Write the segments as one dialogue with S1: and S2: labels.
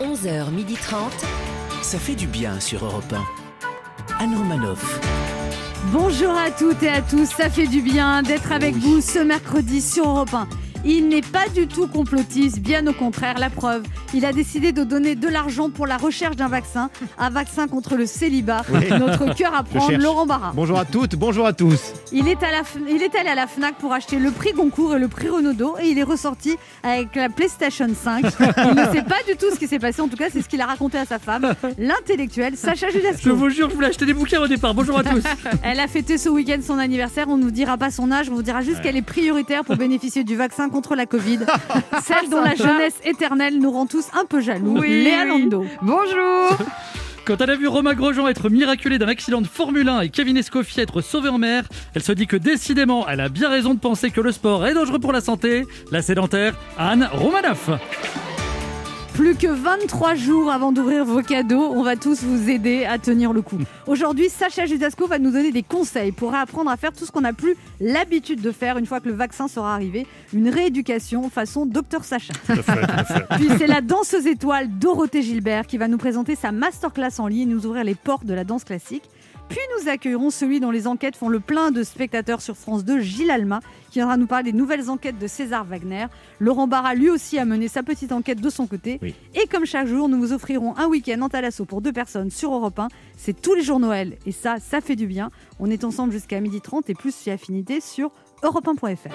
S1: 15h30.
S2: Ça fait du bien sur Europe 1. Anne Romanoff.
S3: Bonjour à toutes et à tous, ça fait du bien d'être avec
S2: Oui.
S3: vous ce mercredi sur Europe 1. Il n'est pas du tout complotiste, bien au contraire, la preuve. Il a décidé de donner de l'argent pour la recherche d'un vaccin, un vaccin contre le célibat.
S4: Oui.
S3: Notre cœur à
S4: Je
S3: prendre,
S4: cherche.
S3: Laurent Barra.
S4: Bonjour à toutes, bonjour à tous.
S3: Il est, à la F- il est allé à la FNAC pour acheter le prix Goncourt et le prix Renaudot et il est ressorti avec la PlayStation 5. Il ne sait pas du tout ce qui s'est passé, en tout cas c'est ce qu'il a raconté à sa femme, l'intellectuelle Sacha
S5: Je
S3: Judasco.
S5: vous jure, je voulais acheter des bouquins au départ. Bonjour à tous.
S3: Elle a fêté ce week-end son anniversaire, on ne nous dira pas son âge, on vous dira juste qu'elle est prioritaire pour bénéficier du vaccin contre la Covid. Celle dont la jeunesse éternelle nous rend tous un peu jaloux,
S6: Oui,
S3: Léa
S6: oui.
S3: Lando.
S6: Bonjour
S5: Quand elle a vu Romain Grosjean être miraculé d'un accident de Formule 1 et Kevin Escoffier être sauvé en mer, elle se dit que décidément, elle a bien raison de penser que le sport est dangereux pour la santé. La sédentaire Anne Romanoff.
S3: Plus que 23 jours avant d'ouvrir vos cadeaux, on va tous vous aider à tenir le coup. Aujourd'hui, Sacha Judasco va nous donner des conseils pour apprendre à faire tout ce qu'on n'a plus l'habitude de faire une fois que le vaccin sera arrivé, une rééducation façon docteur Sacha. Puis c'est la danseuse étoile Dorothée Gilbert qui va nous présenter sa masterclass en ligne et nous ouvrir les portes de la danse classique. Puis nous accueillerons celui dont les enquêtes font le plein de spectateurs sur France 2, Gilles Alma, qui viendra nous parler des nouvelles enquêtes de César Wagner. Laurent Barra, lui aussi, a mené sa petite enquête de son côté.
S4: Oui.
S3: Et comme chaque jour, nous vous offrirons un week-end en Talasso pour deux personnes sur Europe 1. C'est tous les jours Noël. Et ça, ça fait du bien. On est ensemble jusqu'à 12h30 et plus si affinité sur europe1.fr.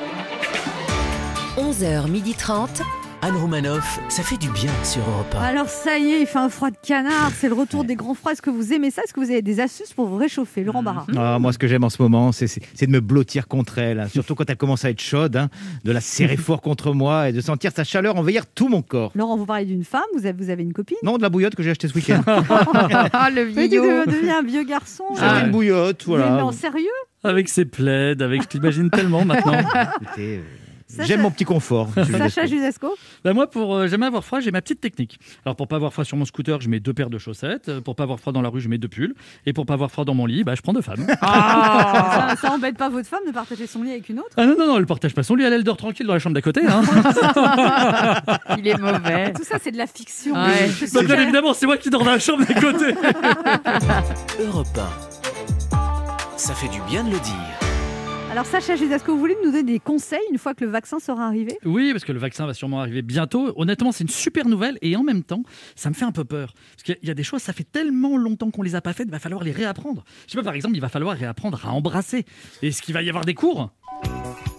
S1: 11h30.
S2: Anne Romanoff, ça fait du bien sur Europe 1.
S3: Alors ça y est, il fait un froid de canard, c'est le retour des grands froids. Est-ce que vous aimez ça Est-ce que vous avez des astuces pour vous réchauffer,
S6: Mhm.
S3: Laurent Barra
S4: Ah, moi, ce que j'aime en ce moment, c'est- c'est c'est de me blottir contre elle, hein. surtout quand elle commence à être chaude, hein, de la serrer fort contre moi et de sentir sa chaleur envahir tout mon corps.
S3: Laurent, vous parlez d'une femme, vous avez, vous avez une copine
S4: Non, de la bouillotte que j'ai achetée ce week-end.
S6: Ah, le
S3: Mais tu
S6: vidéo Ah.
S3: dev- deviens un vieux garçon.
S4: J'ai
S3: là.
S4: acheté une bouillotte,
S3: Mais
S4: voilà.
S3: non, sérieux
S5: Ah, Avec ses plaids, avec, je t'imagine tellement maintenant.
S4: Écoutez, euh,
S3: Sacha-
S4: J'aime mon petit confort. je vais
S3: Sacha
S4: dire.
S3: Judasco
S5: Bah moi, pour euh, jamais avoir froid, j'ai ma petite technique. Alors pour pas avoir froid sur mon scooter, je mets deux paires de chaussettes. Euh, Pour pas avoir froid dans la rue, je mets deux pulls. Et pour pas avoir froid dans mon lit, bah, je prends deux femmes.
S6: Ah
S3: ça, ça embête pas votre femme de partager son lit avec une autre
S5: Ah non, non, non, elle partage pas son lit, elle, elle dort tranquille dans la chambre d'à côté. Hein.
S6: Il est mauvais
S3: Tout ça, c'est de la fiction.
S6: Ouais.
S3: Je suis
S5: Bah, bien
S3: qu'à-
S5: évidemment, c'est moi qui dors dans la chambre d'à côté.
S2: Europe 1. Ça fait du bien de le dire.
S3: Alors Sacha Judasco, vous voulez nous donner des conseils une fois que le vaccin sera arrivé
S5: Oui, parce que le vaccin va sûrement arriver bientôt. Honnêtement, c'est une super nouvelle et en même temps, ça me fait un peu peur. Parce qu'il y a des choses, ça fait tellement longtemps qu'on les a pas faites, il va falloir les réapprendre. Je sais pas, par exemple, il va falloir réapprendre à embrasser. Est-ce qu'il va y avoir des cours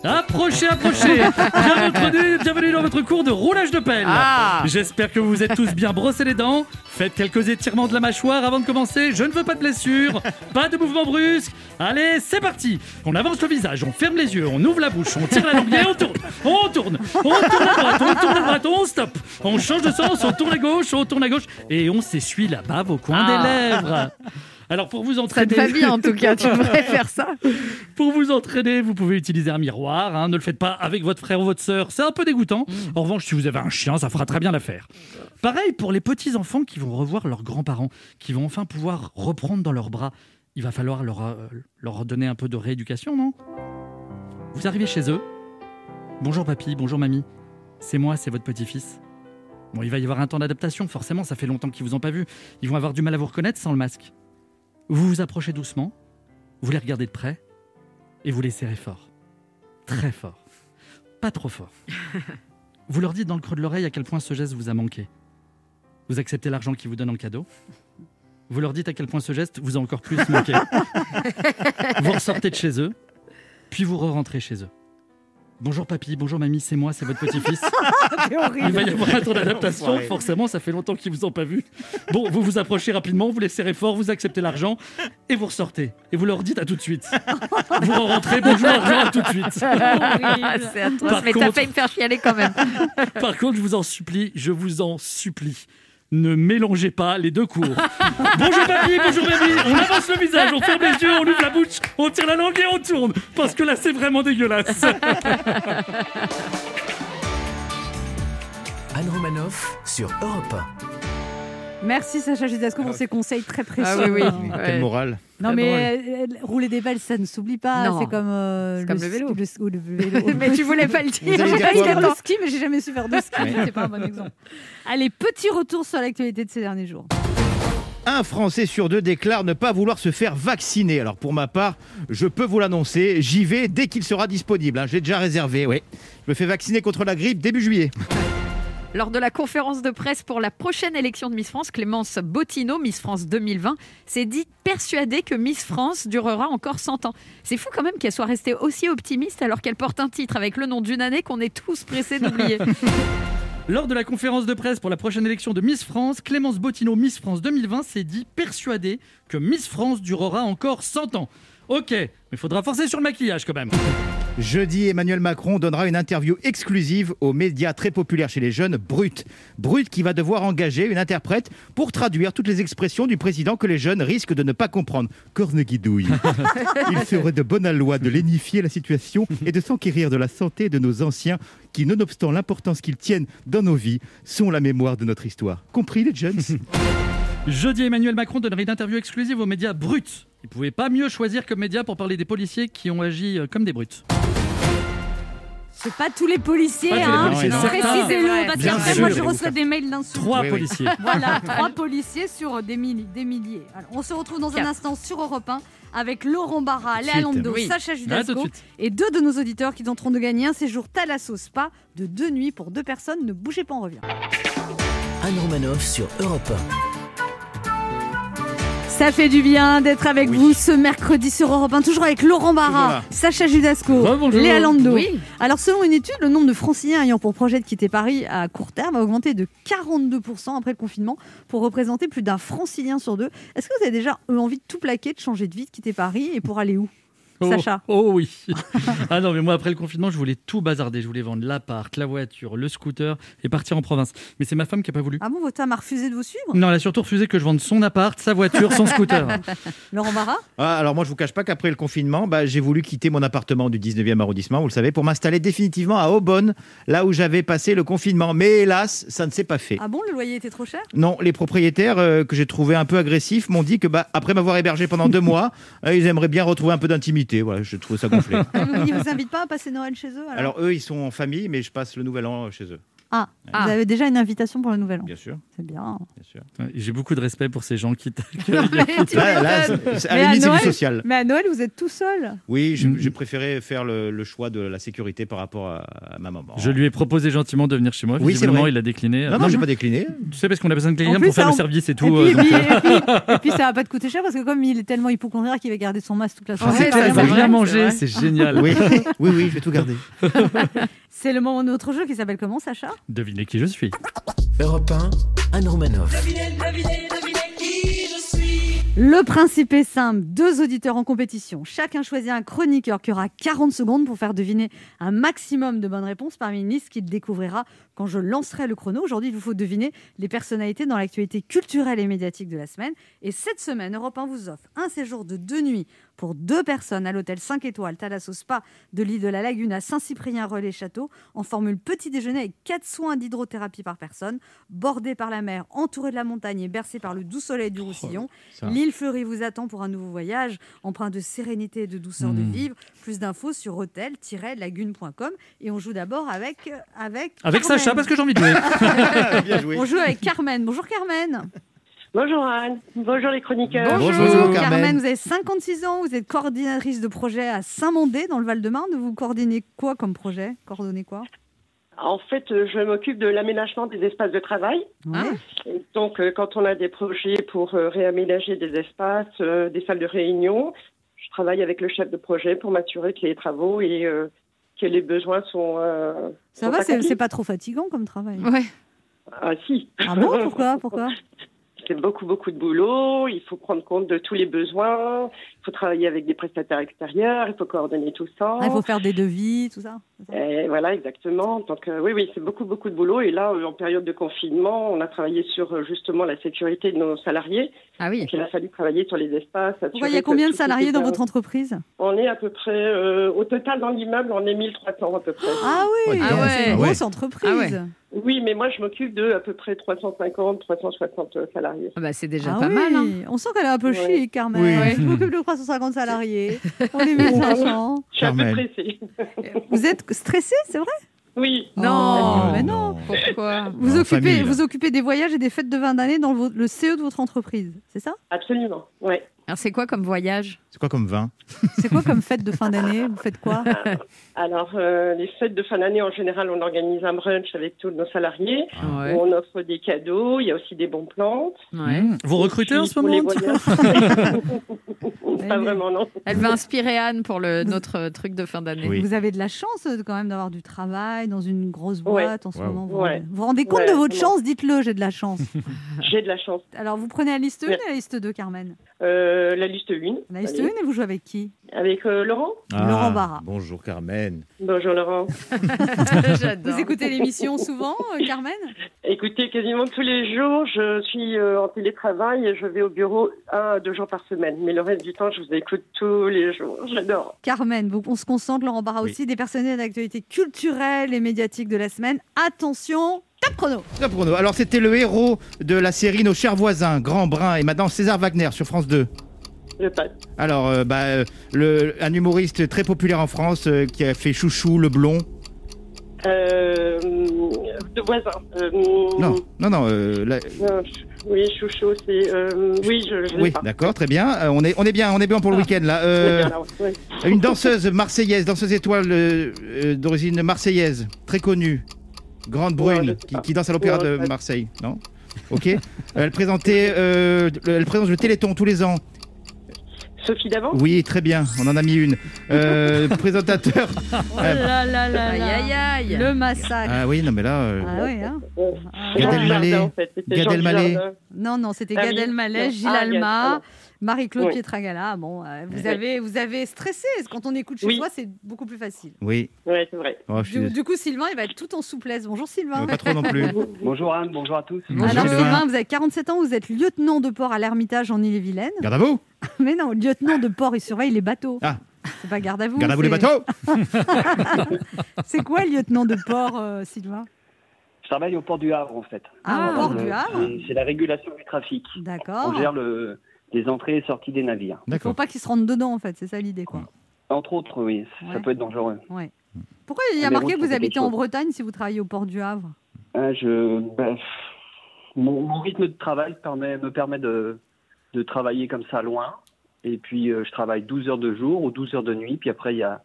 S5: Approchez, approchez bienvenue, bienvenue dans votre cours de roulage de pelle
S6: Ah
S5: J'espère que vous vous êtes tous bien brossés les dents. Faites quelques étirements de la mâchoire avant de commencer. Je ne veux pas de blessure, pas de mouvement brusque. Allez, c'est parti. On avance le visage, on ferme les yeux, on ouvre la bouche, on tire la langue et on tourne. On tourne, on tourne à droite, on tourne à droite, on stop. On change de sens, on tourne à gauche, on tourne à gauche et on s'essuie la bave au coin
S6: Ah.
S5: des lèvres. Alors pour vous
S6: Ça
S5: entraîner,
S6: te va bien en tout cas, tu pourrais faire ça
S5: pour vous entraîner, vous pouvez utiliser un miroir. hein. Ne le faites pas avec votre frère ou votre sœur, c'est un peu dégoûtant.
S6: Mm.
S5: En revanche, si vous avez un chien, ça fera très bien l'affaire. Pareil pour les petits enfants qui vont revoir leurs grands-parents, qui vont enfin pouvoir reprendre dans leurs bras. Il va falloir leur, euh, leur donner un peu de rééducation, non Vous arrivez chez eux. Bonjour papy, bonjour mamie. C'est moi, c'est votre petit-fils. Bon, il va y avoir un temps d'adaptation, forcément, ça fait longtemps qu'ils vous ont pas vu. Ils vont avoir du mal à vous reconnaître sans le masque. Vous vous approchez doucement, vous les regardez de près, et vous les serrez fort. Très fort. Pas trop fort. Vous leur dites dans le creux de l'oreille à quel point ce geste vous a manqué. Vous acceptez l'argent qu'ils vous donnent en cadeau. Vous leur dites à quel point ce geste vous a encore plus manqué. vous ressortez de chez eux, puis vous re-rentrez chez eux. Bonjour papy, bonjour mamie, c'est moi, c'est votre petit-fils. Il va y avoir un temps d'adaptation, forcément, ça fait longtemps qu'ils vous ont pas vu. Bon, vous vous approchez rapidement, vous les serrez fort, vous acceptez l'argent, et vous ressortez. Et vous leur dites à tout de suite. Vous rentrez, bonjour argent, à tout de suite.
S6: Ah, C'est atroce,
S5: Par
S6: mais t'as
S5: contre-
S6: failli me faire chialer quand même
S5: Par contre, je vous en supplie, je vous en supplie. Ne mélangez pas les deux cours. bonjour papy, bonjour mamie. On avance le visage, on ferme les yeux, on ouvre la bouche, on tire la langue et on tourne. Parce que là, c'est vraiment dégueulasse.
S2: Anne Romanoff sur Europe 1.
S3: Merci Sacha Judasco pour ses conseils très précis.
S6: Ah oui, oui.
S4: Mais
S6: Ouais.
S4: Quelle morale.
S3: Non mais euh, rouler des balles, ça ne s'oublie pas.
S6: Non.
S3: C'est comme, euh,
S6: C'est comme le
S3: ski-
S6: vélo.
S3: ou le vélo. Ah,
S6: Mais tu voulais pas le
S4: Vous
S6: dire.
S4: allez
S3: J'ai
S4: dire
S3: pas
S4: quoi,
S3: faire
S4: Marie
S3: de ski, mais j'ai jamais su faire de ski.
S4: Ouais.
S3: C'est pas un bon exemple. Allez, petit retour sur l'actualité de ces derniers jours.
S4: Un Français sur deux déclare ne pas vouloir se faire vacciner. Alors pour ma part, je peux vous l'annoncer, j'y vais dès qu'il sera disponible. hein. Je l'ai déjà réservé, oui. Je me fais vacciner contre la grippe début juillet.
S6: Lors de la conférence de presse pour la prochaine élection de Miss France, Clémence Bottineau, Miss France 2020, s'est dit persuadée que Miss France durera encore 100 ans. C'est fou quand même qu'elle soit restée aussi optimiste alors qu'elle porte un titre avec le nom d'une année qu'on est tous pressés d'oublier.
S5: Lors de la conférence de presse pour la prochaine élection de Miss France, Clémence Bottineau, Miss France 2020, s'est dit persuadée que Miss France durera encore 100 ans. Ok, mais faudra forcer sur le maquillage quand même.
S4: Jeudi, Emmanuel Macron donnera une interview exclusive aux médias très populaires chez les jeunes, Brut. Brut qui va devoir engager une interprète pour traduire toutes les expressions du président que les jeunes risquent de ne pas comprendre. Corne guidouille. Il serait de bonne loi de lénifier la situation et de s'enquérir de la santé de nos anciens qui, nonobstant l'importance qu'ils tiennent dans nos vies, sont la mémoire de notre histoire. Compris les jeunes
S5: Jeudi, Emmanuel Macron donnera une interview exclusive aux médias bruts. Il pouvait pas mieux choisir comme média pour parler des policiers qui ont agi euh, comme des brutes.
S3: C'est pas tous les policiers,
S5: Pas tous les
S3: hein.
S5: policiers,
S3: Non,
S5: non.
S3: Précisez-le, parce
S4: Bien
S3: qu'après
S4: sûr.
S3: moi je reçois des mails d'insultes.
S5: Trois
S4: Oui, oui.
S5: policiers.
S3: Voilà, trois policiers sur des, milli- des milliers. Alors, on se retrouve dans un
S6: Quatre.
S3: instant sur Europe 1 avec Laurent Barra, Léa
S4: Suite.
S3: Londo,
S6: Oui.
S3: Sacha
S5: Ah, tout de
S3: Judasco
S5: suite.
S3: et deux de nos auditeurs qui tenteront de gagner un séjour Thalasso Spa de deux nuits pour deux personnes. Ne bougez pas, on revient.
S2: Anne Romanoff sur Europe
S3: Ça fait du bien d'être avec vous ce mercredi sur Europe 1, toujours avec Laurent
S4: Toujours
S3: Barra,
S4: là.
S3: Sacha Judasco,
S5: Rebonjour.
S3: Léa Lando.
S6: Oui.
S3: Alors selon une étude, le nombre de Franciliens ayant pour projet de quitter Paris à court terme a augmenté de 42% après le confinement pour représenter plus d'un Francilien sur deux. Est-ce que vous avez déjà eu envie de tout plaquer, de changer de vie, de quitter Paris et pour aller où
S5: Oh,
S3: Sacha.
S5: Oh oui. ah non, mais moi, après le confinement, je voulais tout bazarder. Je voulais vendre l'appart, la voiture, le scooter et partir en province. Mais c'est ma femme qui a pas voulu.
S3: Ah bon, votre femme a refusé de vous suivre
S5: Non, elle a surtout refusé que je vende son appart, sa voiture, son scooter.
S3: Laurent Barra
S4: Ah, alors moi, je vous cache pas qu'après le confinement, bah, j'ai voulu quitter mon appartement du 19e arrondissement, vous le savez, pour m'installer définitivement à Aubonne, là où j'avais passé le confinement. Mais hélas, ça ne s'est pas fait.
S3: Ah bon, le loyer était trop cher
S4: Non, les propriétaires euh, que j'ai trouvés un peu agressifs m'ont dit que bah, après m'avoir hébergé pendant deux mois, euh, ils aimeraient bien retrouver un peu d'intimité. Voilà, je trouve ça gonflé.
S3: Ah, Vous ne vous invite pas à passer Noël chez eux alors
S4: Alors eux, ils sont en famille, mais je passe le nouvel an euh, chez eux,
S3: Ah,
S6: Ah.
S3: vous avez déjà une invitation pour le nouvel an.
S4: bien sûr,
S3: C'est bien.
S4: bien sûr.
S5: J'ai beaucoup de respect pour ces gens qui.
S4: Là, là, c'est- c'est- à la
S3: Mais à
S4: limite, c'est du
S3: Noël-
S4: social.
S3: Mais à Noël, vous êtes tout seul.
S4: Oui, je-
S5: Mm.
S4: j'ai préféré faire le, le choix de la sécurité par rapport à, à ma maman.
S5: Je lui ai proposé gentiment de venir chez moi.
S4: Oui, c'est
S5: Visiblement,
S4: vrai.
S5: il a décliné.
S4: Non, non,
S5: Non,
S4: j'ai
S5: mais
S4: pas décliné.
S5: Tu sais, parce qu'on a besoin de
S3: En
S5: quelqu'un
S3: plus,
S5: pour faire
S3: ça,
S5: le
S3: on-
S5: service et
S3: et,
S5: tout.
S3: puis,
S5: euh,
S3: et,
S5: donc,
S3: puis,
S5: euh,
S3: et puis- et puis, ça va pas te coûter cher parce que comme il est tellement hypochondriaque qu'il va garder son masque toute la
S5: Ah,
S3: soirée.
S6: c'est
S3: c'est
S5: ça,
S6: vrai,
S5: il va
S3: vraiment-
S6: c'est
S5: bien
S6: vrai,
S5: manger,
S6: c'est
S5: c'est génial.
S4: Oui, oui, oui, je vais tout garder.
S3: C'est le moment de notre jeu qui s'appelle comment, Sacha
S5: Devinez qui je suis.
S2: 1. Europe 1, Anne Romanoff.
S3: Le principe est simple, deux auditeurs en compétition. Chacun choisit un chroniqueur qui aura 40 secondes pour faire deviner un maximum de bonnes réponses parmi une liste qu'il découvrira quand je lancerai le chrono. Aujourd'hui, il vous faut deviner les personnalités dans l'actualité culturelle et médiatique de la semaine. Et cette semaine, Europe 1 vous offre un séjour de deux nuits pour deux personnes à l'hôtel 5 étoiles Thalasso Spa de l'île de la Lagune à Saint-Cyprien-Relais-Château en formule petit déjeuner avec 4 soins d'hydrothérapie par personne, bordé par la mer, entouré de la montagne et bercé par le doux soleil du Roussillon.
S4: ça.
S3: L'île fleurie vous attend pour un nouveau voyage, empreint de sérénité et de douceur de
S4: Hmm.
S5: Mm.
S3: vivre. Plus d'infos sur hôtel-lagune.com et on joue d'abord avec euh, avec
S5: Avec
S3: Carmen.
S5: Sacha, parce que j'ai envie de jouer.
S4: Bien joué.
S3: On joue avec Carmen. Bonjour Carmen.
S1: Bonjour Anne, bonjour les chroniqueurs.
S4: Bonjour. Bonjour, Carmen.
S3: vous avez 56 ans, vous êtes coordinatrice de projet à Saint-Mandé dans le Val-de-Marne. Vous coordonnez quoi comme projet Coordonnez quoi
S1: En fait, euh, je m'occupe de l'aménagement des espaces de travail.
S3: Ouais.
S6: Hein
S1: Et donc, euh, quand on a des projets pour euh, réaménager des espaces, euh, des salles de réunion, je travaille avec le chef de projet pour m'assurer que les travaux et euh, que les besoins sont. euh,
S3: Ça
S1: sont
S3: va, c'est
S1: accomplis.
S3: c'est pas trop fatigant comme travail.
S6: Ouais.
S1: Ah si,
S3: Ah bon Pourquoi Pourquoi
S1: c'est beaucoup beaucoup de boulot. Il faut prendre compte de tous les besoins.
S7: faut travailler avec des prestataires extérieurs, il faut coordonner tout ça.
S3: Ah, Il faut faire des devis, tout ça. c'est ça
S7: Et voilà, exactement. Donc euh, oui, oui, c'est beaucoup, beaucoup de boulot. Et là, euh, en période de confinement, on a travaillé sur euh, justement la sécurité de nos salariés.
S6: Ah oui.
S7: Donc il a fallu travailler sur les espaces.
S3: Pourquoi
S7: assurer
S3: il y a
S7: que
S3: combien de
S7: tout était
S3: salariés dans
S7: bien.
S3: votre entreprise
S7: On est à peu près, euh, au total dans l'immeuble, on est 1300 à peu près.
S3: Ah oui,
S6: Ah ouais.
S3: c'est une
S4: Ouais.
S3: grosse entreprise.
S6: Ah ouais.
S7: Oui, mais moi je m'occupe de à peu près 350, 360 euh, salariés.
S6: Ah bah, c'est déjà
S3: Ah
S6: pas
S3: oui,
S6: mal. hein.
S3: On sent qu'elle est un peu
S7: Ouais.
S3: chic, Carmen.
S4: Oui.
S3: Je m'occupe de 350 salariés. On est 1500.
S7: Je suis un peu
S4: Carmel.
S7: pressée.
S3: Vous êtes stressé, c'est vrai
S7: Oui,
S6: Non,
S3: Oh, mais non.
S6: Pourquoi
S3: Vous
S4: En
S3: occupez,
S4: famille.
S3: vous occupez des voyages et des fêtes de vin d'année dans le, le CE de votre entreprise, c'est ça
S7: absolument. Ouais.
S6: Alors, c'est quoi comme voyage
S4: C'est quoi comme vin
S3: C'est quoi comme fête de fin d'année Vous faites quoi
S7: Alors euh, les fêtes de fin d'année en général, on organise un brunch avec tous nos salariés.
S3: Ah
S6: Ouais.
S7: où On offre des cadeaux, il y a aussi des bons plans.
S6: Ouais.
S5: Mmh. Vous recrutez en
S7: Puis
S5: ce
S7: pour les
S5: moment
S7: voyages- Pas vraiment, non.
S6: Elle va inspirer Anne pour le, notre euh, truc de fin d'année.
S4: Oui.
S3: Vous avez de la chance euh, quand même d'avoir du travail dans une grosse
S7: Ouais.
S3: boîte en ce
S4: Wow.
S3: moment. Vous
S7: Ouais.
S3: vous vous rendez compte
S7: Ouais,
S3: de votre
S7: vraiment.
S3: chance Dites-le, j'ai de la chance.
S7: J'ai de la chance.
S3: Alors vous prenez la liste 1
S7: Ouais.
S3: et la liste 2, Carmen.
S7: Euh, la liste 1.
S3: La liste 1 et vous jouez avec qui
S7: Avec euh, Laurent
S3: Laurent Barra.
S4: Ah, Bonjour Carmen.
S7: Bonjour Laurent.
S6: J'adore.
S3: Vous écoutez l'émission souvent, euh, Carmen
S7: Écoutez, quasiment tous les jours, je suis euh, en télétravail et je vais au bureau un à deux jours par semaine. Mais le reste du temps, je vous écoute tous les jours. J'adore.
S3: Carmen, vous- on se concentre, Laurent Barra
S4: Oui.
S3: aussi, des personnalités d'actualité culturelle et médiatique de la semaine. Attention, top chrono
S4: Top chrono. Alors c'était le héros de la série Nos chers voisins, Grand Brun, et maintenant César Wagner sur France 2.
S7: Je passe.
S4: Alors, euh, bah, euh, le, un humoriste très populaire en France euh, qui a fait Chouchou, le blond.
S7: Euh, de voisins. Euh,
S4: Non, non, non. euh, la-
S7: euh, oui, chouchou, c'est. euh, oui, je, je l'ai
S4: Oui,
S7: pas.
S4: d'accord, très bien. Euh, on, est, on est bien, on est bien pour le week-end là.
S7: Je l'ai
S4: Euh,
S7: bien, là, ouais.
S4: une danseuse marseillaise, danseuse étoile euh, euh, d'origine marseillaise, très connue, grande
S7: Ouais,
S4: brune,
S7: je sais
S4: qui,
S7: pas.
S4: qui danse à l'opéra
S7: Ouais,
S4: de
S7: ouais.
S4: Marseille, non Ok. elle présentait, euh, le- elle présente le Téléthon tous les ans.
S7: Sophie Davant
S4: Oui, très bien. On en a mis une. Euh, présentateur. Euh,
S3: Oh
S4: ben.
S3: là là là
S6: Aïe,
S3: là.
S6: aïe, aïe.
S3: Le massacre
S4: Ah oui, non mais là. euh,
S3: Ah ouais, hein
S7: Ouais.
S3: Ah.
S4: Gad Elmaleh.
S7: Jardin, en fait. C'était
S4: Gad
S7: Jean
S4: Elmaleh.
S7: Dujardin.
S3: Non, non, c'était
S7: Ah
S3: Gad
S7: oui.
S3: Elmaleh,
S7: Non.
S3: Gilles
S7: Ah, Gad,
S3: Alma,
S7: pardon.
S3: Marie-Claude
S7: Oui.
S3: Pietragala. Bon, euh, vous
S7: Oui.
S3: avez, vous avez stressé. Parce que Quand on écoute chez
S7: Oui.
S3: soi, c'est beaucoup plus facile.
S4: Oui.
S7: Ouais, c'est vrai.
S4: Oh, je suis
S3: Du, du coup, Sylvain, il va être tout en souplesse. Bonjour Sylvain.
S4: Euh, Pas trop non plus.
S8: hein. Bonjour Anne, bonjour à tous.
S4: Bonjour,
S3: Alors
S4: Sylvain.
S3: Sylvain, vous avez 47 ans, vous êtes lieutenant de port à l'Ermitage en Ille-et-Vilaine.
S4: Garde à vous.
S3: Mais non, lieutenant de port, il surveille les bateaux.
S4: Ah.
S3: C'est pas garde à vous.
S4: Garde à vous les
S3: c'est-
S4: bateaux.
S3: C'est quoi lieutenant de port, euh, Sylvain
S8: Je travaille au port du Havre en fait.
S3: Ah,
S6: Ah,
S3: au port
S8: Le-
S3: du Havre.
S8: c'est- C'est la régulation du trafic.
S3: D'accord.
S8: On gère le, les entrées et sorties des navires.
S3: Il faut
S4: D'accord.
S3: pas qu'ils se rentrent dedans, en fait. C'est ça l'idée, quoi.
S8: Entre autres, oui, ça
S3: Ouais.
S8: peut être dangereux.
S3: Pourquoi il y a
S8: Les
S3: marqué
S8: routes,
S3: que vous
S8: c'est
S3: habitez
S8: autre
S3: en
S8: chose.
S3: Bretagne si vous travaillez au port du Havre
S8: Hein, je, bah, mon, mon rythme de travail permet, me permet de, de travailler comme ça loin. Et puis euh, je travaille 12 heures de jour ou 12 heures de nuit. Puis après, il y a,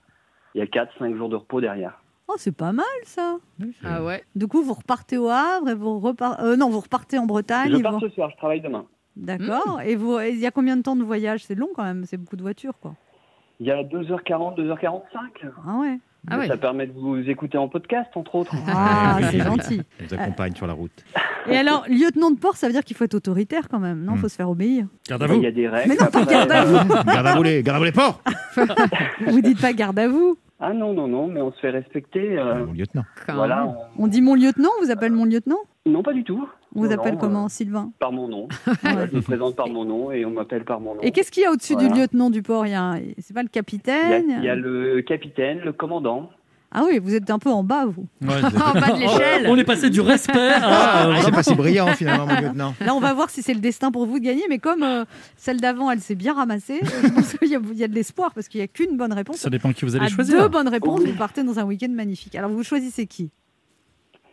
S8: il y a 4-5 jours de repos derrière.
S3: Oh, c'est pas mal, ça.
S6: Ah ouais.
S3: Du coup, vous repartez au Havre et vous repartez. non, vous repartez en Bretagne.
S8: je
S3: et
S8: pars
S3: vous-
S8: ce soir, je travaille demain.
S6: Hmm.
S3: D'accord. Et vous, et il y a combien de temps de voyage C'est long quand même. C'est beaucoup de voitures, quoi.
S8: Il y a 2h40, 2h45.
S3: Ah ouais.
S6: Ah ouais.
S8: Ça permet de vous écouter en podcast, entre autres.
S3: Ah,
S4: Eh oui,
S3: c'est
S4: oui.
S3: gentil.
S4: On vous accompagne sur la route.
S3: Et alors, lieutenant de port, ça veut dire qu'il faut être autoritaire quand même. Non, faut se faire obéir.
S5: Garde à
S8: Il
S5: vous.
S8: y a des règles.
S3: Mais non, pas
S8: Après,
S3: garde à
S8: euh,
S3: vous.
S4: Ah Garde à vous les, garde à vous les porcs.
S3: Vous dites pas garde à vous.
S8: Ah non, non, non, mais on se fait respecter. euh,
S4: Ah, Mon lieutenant.
S6: Quand
S8: voilà.
S6: même.
S8: on-
S3: On dit mon lieutenant, on vous appelle mon lieutenant
S8: Non, pas du tout.
S3: On vous
S8: Non,
S3: appelle
S8: non,
S3: comment
S8: euh,
S3: Sylvain
S8: Par mon nom.
S3: Ouais.
S8: Je me présente par mon nom et on m'appelle par mon nom.
S3: Et qu'est-ce qu'il y a au-dessus
S8: Voilà.
S3: du lieutenant du port Il y a un- C'est pas le
S8: il y, a,
S3: capitaine
S8: il y a le capitaine, le commandant.
S3: Ah oui, vous êtes un peu en bas, vous.
S6: En bas de l'échelle.
S5: On est passé du respect à. euh,
S4: c'est pas si brillant finalement, mon lieutenant.
S3: Là, on va voir si c'est le destin pour vous de gagner, mais comme euh, celle d'avant, elle s'est bien ramassée, euh, je pense qu'il y, a- il y a de l'espoir parce qu'il n'y a qu'une bonne réponse.
S5: Ça dépend qui vous
S3: À
S5: allez
S3: deux
S5: choisir. Oh.
S3: bonnes réponses,
S8: Oui.
S3: vous partez dans un week-end magnifique. Alors, vous choisissez qui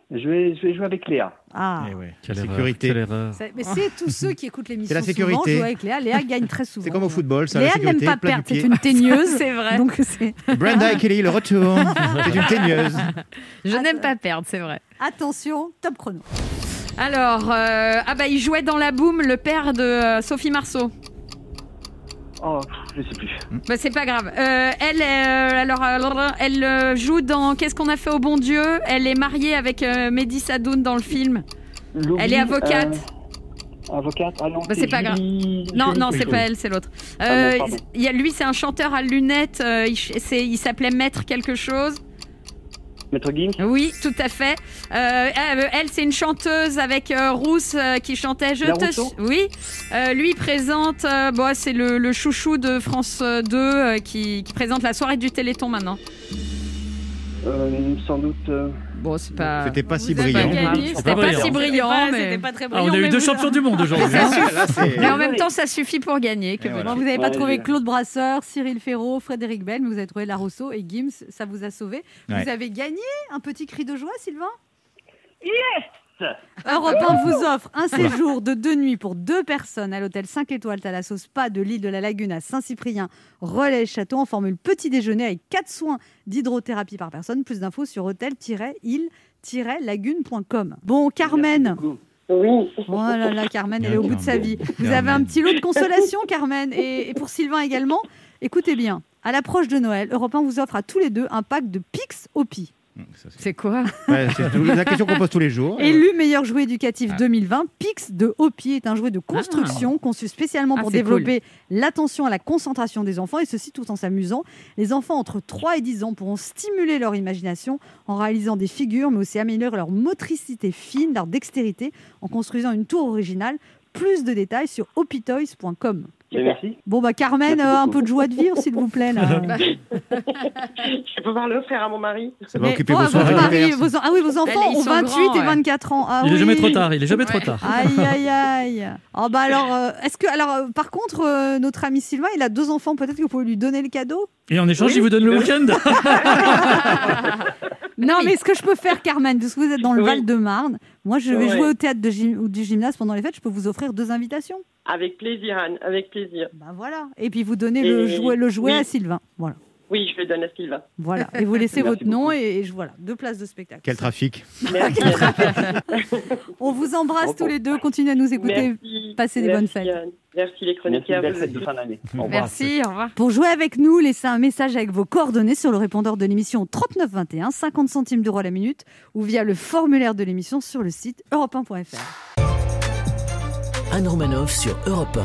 S8: Je vais, je vais jouer avec Léa.
S3: Ah
S4: Eh ouais.
S5: Quelle erreur,
S4: Sécurité.
S5: quelle erreur.
S3: Ça- Mais c'est tous ceux qui écoutent l'émission.
S4: C'est la
S3: souvent,
S4: sécurité.
S3: jouent avec Léa. Léa gagne très souvent.
S4: C'est comme au football, ça. la
S3: Léa n'aime
S4: sécurité,
S3: pas
S4: plat du
S3: perdre, c'est
S4: pied.
S3: une teigneuse.
S6: C'est vrai.
S3: Donc, c'est.
S4: Brenda et Kelly, le retour. C'est une teigneuse.
S3: Eh
S6: Je n'aime pas perdre, c'est vrai.
S3: Attention, top chrono.
S6: Alors, euh, ah bah il jouait dans la boum le père de euh, Sophie Marceau.
S8: Oh, pff, je sais plus.
S6: Bah c'est pas grave. Euh, elle, euh, alors, euh, elle euh, joue dans Qu'est-ce qu'on a fait au bon Dieu Elle est mariée avec euh, Mehdi Sadoun dans le film.
S8: Louis,
S6: Elle est avocate.
S8: euh, Avocate Ah non,
S6: Bah, c'est pas grave.
S8: Julie-
S6: Non,
S8: Julie
S6: non,
S8: quelque
S6: c'est pas
S8: chose.
S6: elle, c'est l'autre.
S8: Ah
S6: Euh,
S8: bon, pardon.
S6: il y a- lui, c'est un chanteur à lunettes. euh, il ch- c'est- il s'appelait Maître quelque chose.
S8: Maître Gims
S6: Oui, tout à fait. Euh, euh, elle, c'est une chanteuse avec euh, Rousse euh, qui chantait Je
S8: La
S6: te.
S8: Rousseau
S6: Oui. Euh, lui il présente. euh, bon, c'est le, le chouchou de France euh, 2 euh, qui, qui présente la soirée du Téléthon maintenant.
S8: euh, Sans doute. euh,
S6: Bon, c'est pas.
S4: C'était pas si
S9: Vous êtes
S4: brillant.
S9: gagné,
S5: C'était
S9: c'était
S5: pas brillant.
S9: si
S3: ben,
S9: brillant,
S6: C'était pas-
S9: mais-
S6: c'était pas
S5: Ah, on a eu deux champions du monde aujourd'hui. hein.
S4: Là, c'est-
S6: Mais en même temps, ça suffit pour gagner. Que
S4: Et voilà.
S3: Bon, vous n'avez pas
S8: Ouais,
S3: trouvé
S8: j'ai-
S3: Claude Brasseur, Cyril Ferraud, Frédéric Bell, mais vous avez trouvé Larousseau et Gims, ça vous a sauvé.
S4: Ouais.
S3: Vous avez gagné un petit cri de joie, Sylvain Yes Europe 1 vous offre un séjour de deux nuits pour deux personnes à l'hôtel 5 étoiles Thalasso Spa de l'île de la Lagune à Saint-Cyprien, Relais-Château, en formule petit déjeuner avec quatre soins d'hydrothérapie par personne. Plus d'infos sur hôtel-île-lagune.com. Bon, Carmen,
S8: merci beaucoup.
S1: Oui.
S3: Oh là là, Carmen, elle est au bout de sa vie. Vous
S4: Carmen.
S3: avez un petit lot de consolation, Carmen, et, et pour Sylvain également. Écoutez bien, à l'approche de Noël, Europe 1 vous offre à tous les deux un pack de Pix Opi.
S4: Ça, c'est-
S6: C'est quoi
S4: Ouais, c'est tout- la question qu'on pose tous les jours. Euh,
S3: Élu meilleur jouet éducatif
S4: Ah.
S3: 2020, Pix de Hopi est un jouet de construction conçu spécialement
S6: Ah,
S3: pour
S6: c'est
S3: développer l'attention à la concentration des enfants, et ceci tout en s'amusant. Les enfants entre 3 et 10 ans pourront stimuler leur imagination en réalisant des figures, mais aussi améliorer leur motricité fine, leur dextérité, en construisant une tour originale. Plus de détails sur opitoys.com.
S8: Mais Merci.
S3: Bon, bah Carmen,
S8: Merci
S3: euh, un
S8: beaucoup.
S3: peu de joie de vivre, s'il vous plaît.
S7: Ah.
S3: là.
S1: Je vais pouvoir l'offrir à mon mari.
S4: Ça va
S3: Mais-
S4: occuper
S3: oh,
S4: vos
S3: votre
S4: soirées
S3: mari,
S4: diverses.
S3: vos en- Ah oui, vos enfants
S6: ils
S3: ont
S6: sont
S3: 28
S6: grands,
S3: et
S6: ouais.
S3: 24 ans. Ah
S5: Il est
S3: oui.
S5: jamais trop tard, il est jamais trop tard.
S3: Aïe, aïe, aïe. Oh, bah alors, euh, est-ce que, alors, euh, par contre, euh, notre ami Sylvain, il a deux enfants, peut-être que vous pouvez lui donner le cadeau
S5: Et en échange,
S8: Oui.
S5: il vous donne le week-end.
S3: Non,
S6: Oui.
S3: mais ce que je peux faire, Carmen, parce que vous êtes dans le
S1: Oui.
S3: Val-de-Marne, moi, je vais
S1: Ouais.
S3: jouer au théâtre de gym- ou du gymnase pendant les fêtes, je peux vous offrir deux invitations.
S1: Avec plaisir, Anne, avec plaisir.
S3: Bah voilà. Et puis, vous donnez le
S1: Et-
S3: jouet, le jouet
S1: oui.
S3: à Sylvain. Voilà.
S1: Oui, je vais donner à Sylvain.
S3: voilà. Et vous laissez
S8: Merci
S3: votre nom
S8: beaucoup.
S3: et, et je, voilà, deux places de spectacle.
S4: Quel trafic.
S1: Merci.
S3: On vous embrasse
S8: Oh,
S3: tous
S8: bon.
S3: les deux. Continuez à nous écouter.
S1: Merci.
S3: passez des bonnes
S1: Merci,
S3: fêtes.
S1: Anne. Merci les
S8: Merci,
S1: chroniqueurs.
S8: belle
S1: Vous
S8: fête de
S1: aussi.
S8: fin d'année. Au revoir.
S6: Merci, au revoir.
S3: Pour jouer avec nous, laissez un message avec vos coordonnées sur le répondeur de l'émission 3921, 50 centimes d'euros la minute, ou via le formulaire de l'émission sur le site europe1.fr.
S2: Anne Romanoff sur Europe 1.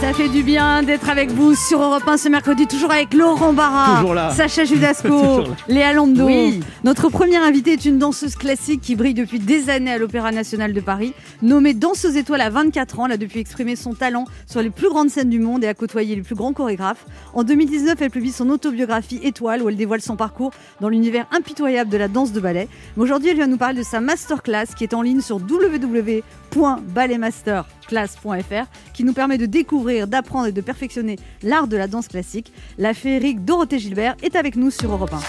S3: Ça fait du bien d'être avec vous sur Europe 1 ce mercredi, toujours avec Laurent Barra,
S4: Toujours là.
S3: Sacha Judasco,
S5: Toujours là.
S3: Léa Lando.
S6: Oui.
S3: Notre première invitée est une danseuse classique qui brille depuis des années à l'Opéra National de Paris. Nommée danseuse étoile à 24 ans, elle a depuis exprimé son talent sur les plus grandes scènes du monde et a côtoyé les plus grands chorégraphes. En 2019, elle publie son autobiographie Étoile où elle dévoile son parcours dans l'univers impitoyable de la danse de ballet. Mais aujourd'hui, elle vient nous parler de sa masterclass qui est en ligne sur www.balletmasterclass.fr qui nous permet de découvrir, d'apprendre et de perfectionner l'art de la danse classique. La féerique Dorothée Gilbert est avec nous sur Europe 1.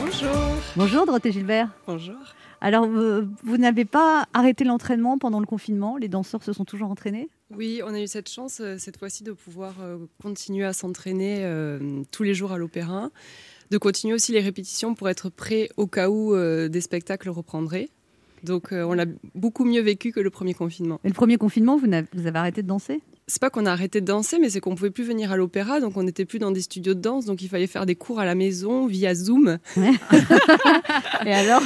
S9: Bonjour.
S3: Bonjour Dorothée Gilbert.
S9: Bonjour.
S3: Alors, euh, vous n'avez pas arrêté l'entraînement pendant le confinement Les danseurs se sont toujours entraînés
S9: Oui, on a eu cette chance euh, cette fois-ci de pouvoir euh, continuer à s'entraîner euh, tous les jours à l'opéra, de continuer aussi les répétitions pour être prêt au cas où euh, des spectacles reprendraient. Donc euh, on l'a beaucoup mieux vécu que le premier confinement.
S3: Mais le premier confinement, vous, n'avez- vous avez arrêté de danser
S9: C'est pas qu'on a arrêté de danser, mais c'est qu'on pouvait plus venir à l'opéra, donc on n'était plus dans des studios de danse, donc il fallait faire des cours à la maison via Zoom.
S3: Et alors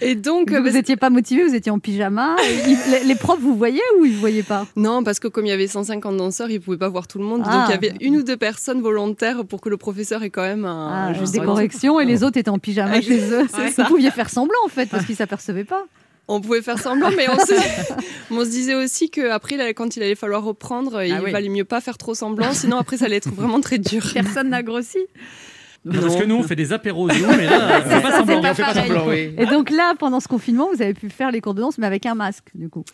S9: Et donc euh, bah,
S3: Vous n'étiez pas motivé, vous étiez en pyjama. Ils- les, les profs vous voyaient ou ils ne voyaient pas
S9: Non, parce que comme il y avait 150 danseurs, ils ne pouvaient pas voir tout le monde.
S3: Ah.
S9: Donc il y avait une ou deux personnes volontaires pour que le professeur ait quand même un.
S3: Ah,
S9: un juste
S3: Des
S9: un-
S3: corrections et
S9: Ah.
S3: les autres étaient en pyjama chez eux.
S9: C'est
S3: Vous
S9: ça. Ah.
S3: pouviez faire semblant en fait parce qu'ils ne s'apercevaient pas.
S9: On pouvait faire semblant, mais on se, on se disait aussi qu'après, quand il allait falloir reprendre, il
S6: Ah oui.
S9: valait mieux pas faire trop semblant, sinon après ça allait être vraiment très dur.
S6: Personne n'a grossi.
S5: Non, Parce que nous, on fait des apéros Zoom,
S9: Ah,
S5: mais là, on fait pas
S6: c'est
S5: semblant.
S6: pas
S4: On fait pas
S6: pareil.
S4: semblant, oui.
S3: Et donc là, pendant ce confinement, vous avez pu faire les cours de danse mais avec un masque du coup.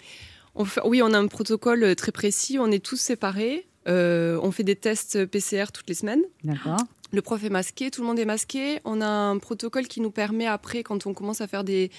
S9: On fait- oui, on a un protocole euh, très précis, on est tous séparés, euh, on fait des tests PCR toutes les semaines.
S3: D'accord.
S9: Le prof est masqué, tout le monde est masqué. On a un protocole qui nous permet après, quand on commence à faire des,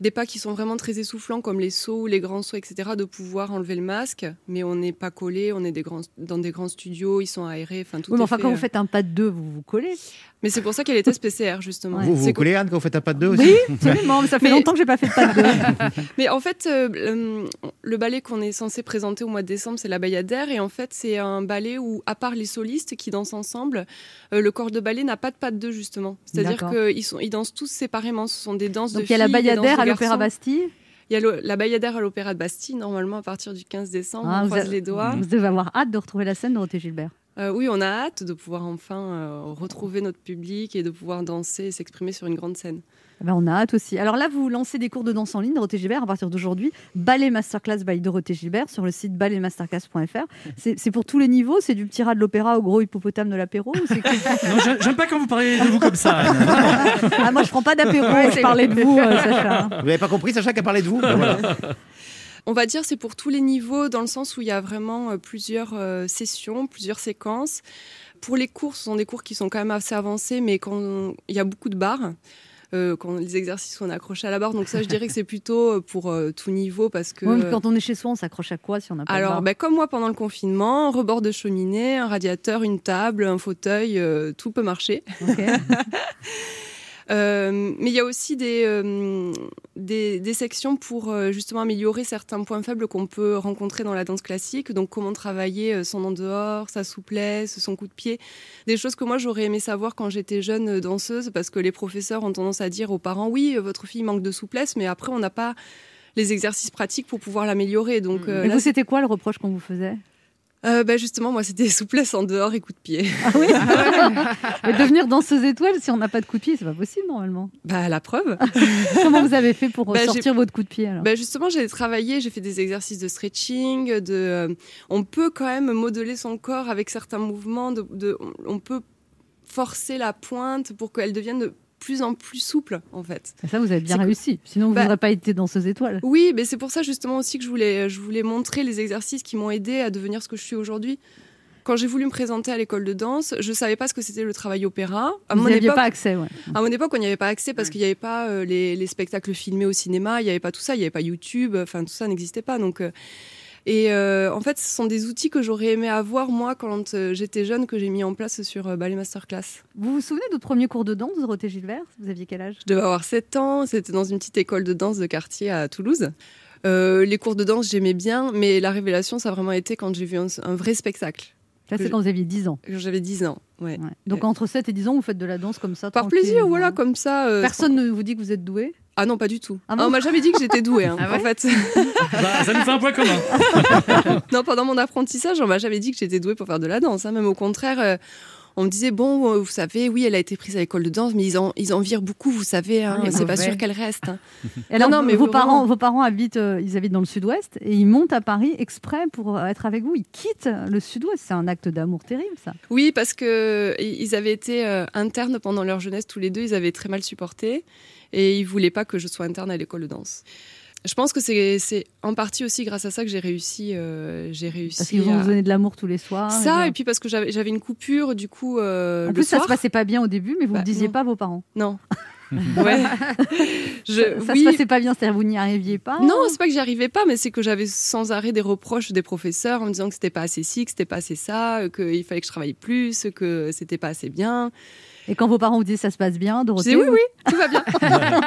S9: des pas qui sont vraiment très essoufflants, comme les sauts ou les grands sauts, etc., de pouvoir enlever le masque. Mais on n'est pas collé, on est des grands, dans des grands studios, ils sont aérés, enfin tout
S3: Oui,
S9: est
S3: mais enfin,
S9: fait,
S3: quand
S9: euh.
S3: vous faites un pas de deux, vous vous collez.
S9: Mais c'est pour ça qu'il y a les tests PCR, justement.
S3: Ouais.
S4: Vous vous
S9: C'est
S4: collez Anne quand vous faites un pas de deux aussi
S3: Oui, absolument. Mais ça fait
S9: Mais-
S3: longtemps que j'ai pas fait de pas de deux.
S9: Mais en fait, euh, le, le ballet qu'on est censé présenter au mois de décembre, c'est la Bayadère. Et en fait, c'est un ballet où, à part les solistes qui dansent ensemble, euh, le corps de ballet n'a pas de pas de deux, justement. C'est-à-dire
S3: D'accord.
S9: qu'ils ils sont- ils dansent tous séparément. Ce sont des danses
S3: Donc
S9: de
S3: il y a la
S9: filles, des danses
S3: Bayadère
S9: de
S3: à l'Opéra
S9: garçons.
S3: Bastille.
S9: Il Il y a le- la Bayadère à l'Opéra de Bastille, normalement, à partir du 15 décembre.
S3: Ah,
S9: on
S3: vous
S9: croise
S3: avez-
S9: les doigts.
S3: Vous devez avoir hâte de retrouver la scène, Dorothée Gilbert.
S9: Euh, oui, on a hâte de pouvoir enfin euh, retrouver notre public et de pouvoir danser et s'exprimer sur une grande scène.
S3: Eh ben, on a hâte aussi. Alors là, vous lancez des cours de danse en ligne, Dorothée Gilbert, à partir d'aujourd'hui. Ballet Masterclass by Dorothée Gilbert sur le site balletmasterclass.fr. C'est c'est pour tous les niveaux C'est du petit rat de l'opéra au gros hippopotame de l'apéro ou c'est que-
S5: Non, j'a- J'aime pas quand vous parlez de vous comme ça. Anne.
S3: Ah, moi, je prends pas d'apéro,
S6: Ouais,
S3: je
S6: c'est-
S3: parlais de vous, euh, Sacha.
S4: Vous n'avez pas compris, Sacha, qui a parlé de vous Ben voilà.
S9: On va dire c'est pour tous les niveaux, dans le sens où il y a vraiment euh, plusieurs euh, sessions, plusieurs séquences. Pour les cours, ce sont des cours qui sont quand même assez avancés, mais quand on- il y a beaucoup de barres, euh, quand les exercices sont accrochés à la barre, donc ça je dirais que c'est plutôt euh, pour euh, tout niveau parce que.
S3: Ouais, mais quand on est chez soi, on s'accroche à quoi si on n'a pas de
S9: alors,
S3: barbe
S9: ben, comme moi pendant le confinement, un rebord de cheminée, un radiateur, une table, un fauteuil, euh, tout peut marcher.
S3: Ok.
S9: Euh, mais il y a aussi des, euh, des, des sections pour euh, justement améliorer certains points faibles qu'on peut rencontrer dans la danse classique. Donc comment travailler euh, son en dehors, sa souplesse, son coup de pied. Des choses que moi j'aurais aimé savoir quand j'étais jeune euh, danseuse parce que les professeurs ont tendance à dire aux parents oui, euh, votre fille manque de souplesse, mais après on n'a pas les exercices pratiques pour pouvoir l'améliorer. Donc
S6: Mm.
S9: euh,
S3: Et
S9: là,
S3: vous, c'était quoi le reproche qu'on vous faisait
S9: euh, bah, justement moi c'était souplesse en dehors et coup de pied.
S3: Ah, Mais devenir danseuse étoile, si on n'a pas de coup de pied, c'est pas possible normalement.
S9: Bah la preuve.
S3: Comment vous avez fait pour euh,
S9: Bah, j'ai-
S3: sortir votre coup de pied alors
S9: Ben justement, j'ai travaillé, j'ai fait des exercices de stretching, de, euh, on peut quand même modeler son corps avec certains mouvements, de, de- on- on peut forcer la pointe pour qu'elle devienne de plus en plus souple en fait.
S3: Et Ça, vous avez bien
S9: c'est-
S3: réussi. Sinon, vous
S9: Bah-
S3: n'aurez pas été danseuse étoile.
S9: Oui, mais c'est pour ça justement aussi que je voulais, je voulais montrer les exercices qui m'ont aidé à devenir ce que je suis aujourd'hui. Quand j'ai voulu me présenter à l'école de danse, je savais pas ce que c'était le travail opéra. À
S3: vous
S9: mon
S3: n'y aviez
S9: époque,
S3: pas accès, ouais.
S9: À mon époque, on n'y avait pas accès parce
S6: Ouais.
S9: qu'il n'y avait pas euh, les, les spectacles filmés au cinéma, il n'y avait pas tout ça, il n'y avait pas YouTube, enfin tout ça n'existait pas. Donc, euh, et euh, en fait, ce sont des outils que j'aurais aimé avoir moi quand euh, j'étais jeune que j'ai mis en place sur euh, Ballet Masterclass.
S3: Vous vous souvenez de votre premier cours de danse, Dorothée Gilbert Vous aviez quel âge
S9: Je devais avoir 7 ans, c'était dans une petite école de danse de quartier à Toulouse. Euh, les cours de danse, j'aimais bien, mais la révélation, ça a vraiment été quand j'ai vu un, un vrai spectacle,
S3: Ça, c'est
S9: Je-
S3: quand vous aviez 10 ans.
S9: quand j'avais 10 ans. Ouais.
S3: Ouais. Donc, entre 7 et 10 ans, vous faites de la danse comme ça.
S9: Par
S3: tranquille,
S9: plaisir, voilà,
S3: ouais.
S9: comme ça. euh,
S3: Personne ne vous dit que vous êtes doué.
S9: Ah non, pas du tout.
S3: Ah
S9: Ah,
S3: bon
S9: on m'a jamais dit que j'étais douée, hein,
S6: Ah ouais
S9: en fait.
S5: Bah, ça nous fait un point commun.
S9: Non, pendant mon apprentissage, on m'a jamais dit que j'étais douée pour faire de la danse. hein. Même au contraire, euh, on me disait bon, euh, vous savez, oui, elle a été prise à l'école de danse, mais ils en, ils en virent beaucoup, vous savez. hein,
S3: Ah, les
S9: c'est pas
S3: mauvais.
S9: sûr qu'elle reste. hein.
S3: Et alors,
S9: Non, non, mais
S3: vos
S9: vraiment.
S3: parents, vos parents habitent, euh, ils habitent dans le sud-ouest et ils montent à Paris exprès pour euh, être avec vous. Ils quittent le sud-ouest. C'est un acte d'amour terrible, ça.
S9: Oui, parce que i- ils avaient été euh, internes pendant leur jeunesse tous les deux. Ils avaient très mal supporté et ils voulaient pas que je sois interne à l'école de danse. Je pense que c'est c'est en partie aussi grâce à ça que j'ai réussi. euh, j'ai réussi.
S3: Parce qu'ils vont
S9: à-
S3: vous donner de l'amour tous les soirs.
S9: ça
S3: bien.
S9: et puis parce que j'avais j'avais une coupure du coup euh,
S3: en
S9: le
S3: plus, ça
S9: soir.
S3: se passait pas bien au début, mais vous
S9: Bah,
S3: ne le disiez
S9: non.
S3: pas à vos parents.
S9: Non. ouais. Je,
S3: ça
S9: oui,
S3: se passait pas bien, c'est-à-dire vous n'y arriviez pas.
S9: Non, c'est pas que j'y arrivais pas, mais c'est que j'avais sans arrêt des reproches des professeurs en me disant que c'était pas assez ci, que c'était pas assez ça, euh, qu'il fallait que je travaille plus, que c'était pas assez bien.
S3: Et quand vos parents vous disent ça se passe bien,
S9: Je
S3: Dorothée,
S9: disais oui, oui, tout va bien.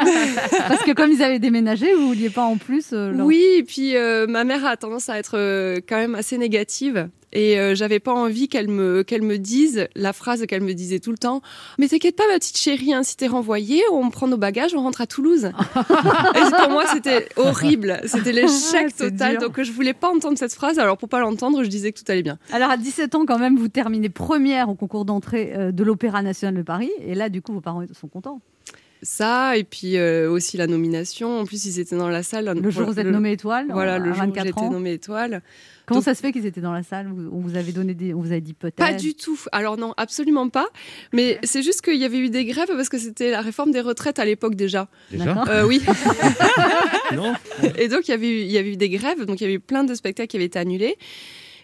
S3: parce que comme ils avaient déménagé, vous vouliez pas en plus. euh, leur-
S9: oui, et puis euh, ma mère a tendance à être euh, quand même assez négative. Et euh, j'avais pas envie qu'elle me, qu'elle me dise la phrase qu'elle me disait tout le temps Mais t'inquiète pas, ma petite chérie, hein, si t'es renvoyée, on prend nos bagages, on rentre à Toulouse. et pour moi, c'était horrible. C'était
S3: Ah,
S9: l'échec
S3: c'est
S9: total.
S3: dur.
S9: Donc, je voulais pas entendre cette phrase. Alors, pour pas l'entendre, je disais que tout allait bien.
S3: Alors à 17 ans quand même, vous terminez première au concours d'entrée euh, de l'Opéra national de Paris. Et là, du coup, vos parents sont contents.
S9: Ça, et puis euh, aussi la nomination. En plus, ils étaient dans la salle.
S3: Le jour où vous êtes nommé étoile,
S9: Voilà,
S3: euh, à
S9: le jour où
S3: 24
S9: j'étais
S3: ans.
S9: nommée étoile.
S3: Comment
S9: Donc-
S3: ça se fait qu'ils étaient dans la salle Vous- On vous avait donné des, on vous avait dit peut-être.
S9: Pas du tout. Alors non, absolument pas. Mais c'est juste qu'il y avait eu des grèves parce que c'était la réforme des retraites à l'époque déjà.
S4: Déjà
S3: D'accord.
S9: Euh, oui.
S3: Ah,
S5: Non
S9: Et donc, il y, avait eu, il y avait eu des grèves. Donc, il y avait eu plein de spectacles qui avaient été annulés.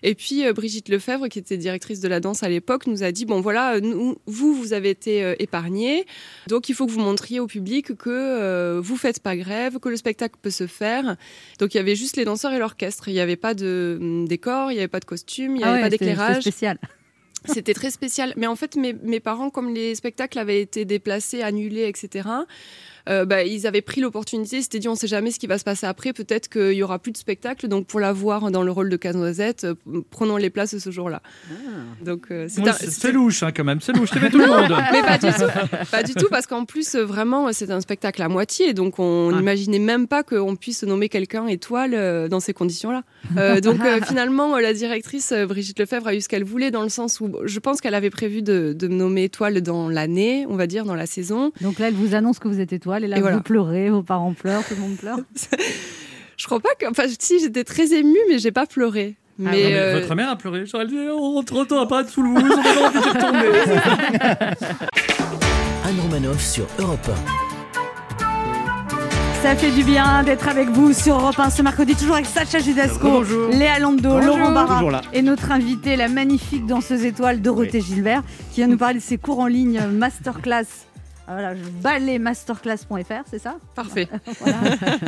S9: Et puis, euh, Brigitte Lefebvre, qui était directrice de la danse à l'époque, nous a dit, bon voilà, euh, nous- vous, vous avez été euh, épargnés. Donc, il faut que vous montriez au public que euh, vous faites pas grève, que le spectacle peut se faire. Donc, il y avait juste les danseurs et l'orchestre. Il n'y avait pas de hum, décor, il n'y avait pas de costume, il n'y
S3: Ah
S9: avait
S3: ouais,
S9: pas
S3: c'est-
S9: d'éclairage.
S3: C'est spécial.
S9: C'était très spécial. Mais en fait, mes, mes parents, comme les spectacles avaient été déplacés, annulés, etc., euh, bah, ils avaient pris l'opportunité, ils s'étaient dit on sait jamais ce qui va se passer après, peut-être qu'il y aura plus de spectacle, donc pour la voir dans le rôle de Canoisette, euh, prenons les places ce jour-là. Donc euh, c'est
S5: Oui,
S9: un-
S5: c'est- C'est louche hein, quand même, c'est louche, t'aimais tout le monde.
S9: mais pas du tout, pas du tout, parce qu'en plus, euh, vraiment, euh, c'est un spectacle à moitié, donc on
S5: Ouais.
S9: n'imaginait même pas qu'on puisse nommer quelqu'un étoile euh, dans ces conditions-là. Euh, donc euh, finalement, euh, la directrice euh, Brigitte Lefebvre a eu ce qu'elle voulait, dans le sens où bon, je pense qu'elle avait prévu de, de me nommer étoile dans l'année, on va dire, dans la saison.
S3: Donc là, elle vous annonce que vous êtes étoile et là,
S9: Et
S3: vous
S9: voilà.
S3: pleurez, vos parents pleurent, tout le monde pleure.
S9: Je crois pas que. Enfin, si, j'étais très émue, mais j'ai pas pleuré.
S3: Ah
S9: Mais,
S5: Ah, Non, mais
S9: euh,
S5: Votre mère a pleuré, genre elle dit Oh, 30 ans à pas de Toulouse, on a envie de tomber.
S2: Anne Romanoff sur Europe
S3: Ça fait du bien d'être avec vous sur Europe 1 ce mercredi, toujours avec Sacha Judasco,
S4: Bonjour.
S3: Léa Lando,
S4: Bonjour.
S3: Laurent Barra
S4: Toujours là.
S3: et notre invitée, la magnifique danseuse étoile Dorothée Gilbert, qui vient nous parler de ses cours en ligne euh, masterclass. Ah, Voilà, je balais masterclass.fr, c'est ça
S9: Parfait.
S3: Voilà.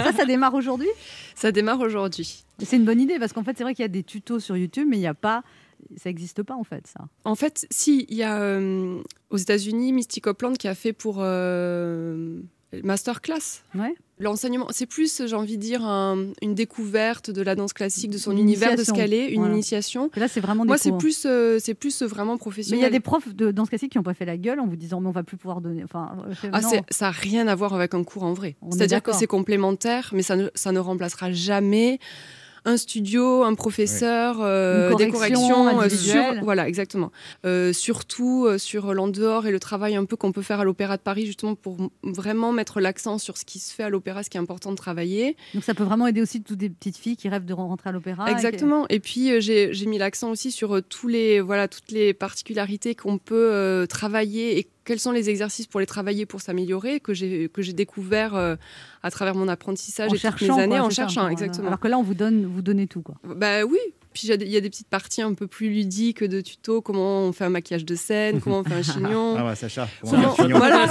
S3: Ça, ça démarre aujourd'hui
S9: Ça démarre aujourd'hui.
S3: Et C'est une bonne idée parce qu'en fait, c'est vrai qu'il y a des tutos sur YouTube, mais il n'y a pas. Ça n'existe pas en fait, ça.
S9: En fait, si, il y a euh, aux États-Unis Misty Copeland qui a fait pour euh, Masterclass.
S3: Ouais.
S9: L'enseignement, c'est plus, j'ai envie de dire, un- une découverte de la danse classique, de son
S3: Une
S9: univers, de ce
S3: initiation.
S9: qu'elle est, une
S3: Voilà.
S9: initiation.
S3: Que là, c'est vraiment des
S9: Moi, c'est
S3: cours.
S9: plus, euh, c'est plus vraiment
S3: Mais
S9: professionnel.
S3: il y a des profs de danse classique qui n'ont pas fait la gueule en vous disant mais on va plus pouvoir donner. Enfin, euh,
S9: Ah,
S3: non.
S9: c'est- ça n'a rien à voir avec un cours en vrai.
S3: On est
S9: C'est-à-dire que
S3: d'accord.
S9: c'est complémentaire, mais ça ne, ça ne remplacera jamais un studio, un professeur, euh,
S3: Une
S9: des
S3: correction
S9: corrections. euh,
S3: individuelle.
S9: sur, voilà, exactement. Euh, surtout euh, sur l'en dehors et le travail un peu qu'on peut faire à l'Opéra de Paris, justement pour m- vraiment mettre l'accent sur ce qui se fait à l'Opéra, ce qui est important de travailler.
S3: Donc ça peut vraiment aider aussi toutes des petites filles qui rêvent de rentrer à l'opéra. et qui-
S9: Exactement. Et puis euh, j'ai j'ai mis l'accent aussi sur euh, tous les voilà toutes les particularités qu'on peut euh, travailler et quels sont les exercices pour les travailler pour s'améliorer que j'ai que j'ai découvert euh, à travers mon apprentissage
S3: en
S9: et toutes mes
S3: cherchant,
S9: années
S3: quoi,
S9: en
S3: c'est ça,
S9: cherchant
S3: quoi.
S9: exactement.
S3: Alors que là, on vous donne, vous donnez tout quoi.
S9: Bah oui. Puis j'ai des- il y a des petites parties un peu plus ludiques de tutos comment on fait un maquillage de scène, comment on fait un chignon.
S4: Ah ouais, Sacha. comment
S9: Comment,
S4: dire chignon
S9: voilà.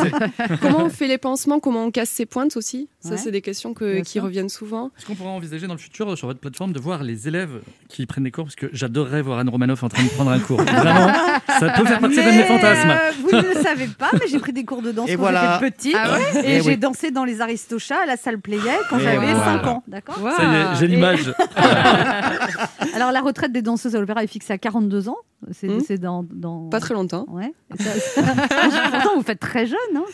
S9: comment on fait les pansements, comment on casse ses pointes aussi.
S3: Ouais.
S9: Ça, c'est des questions que,
S3: Bien
S9: qui
S3: sûr.
S9: reviennent souvent.
S5: Est-ce qu'on pourrait envisager dans le futur euh, sur votre plateforme de voir les élèves qui prennent des cours Parce que j'adorerais voir Anne Romanoff en train de prendre un cours. Vraiment, ça peut faire partie de mes
S3: Mais,
S5: fantasmes.
S3: euh, vous ne le savez pas, mais j'ai pris des cours de danse
S4: Et
S3: quand
S4: voilà.
S3: j'étais petite.
S6: Ah
S4: ouais
S3: et
S4: Eh
S3: j'ai
S4: oui.
S3: dansé dans les Aristochats à la salle Playel quand
S4: Et
S3: j'avais
S4: voilà.
S3: 5 ans. D'accord
S5: Ça y est, j'ai l'image.
S3: Alors la retraite des danseuses à l'opéra est fixée à 42 ans. C'est
S9: Hmm.
S3: c'est dans, dans.
S9: Pas très longtemps.
S3: Ouais. Et ça- Pourtant, vous faites très jeune. Hein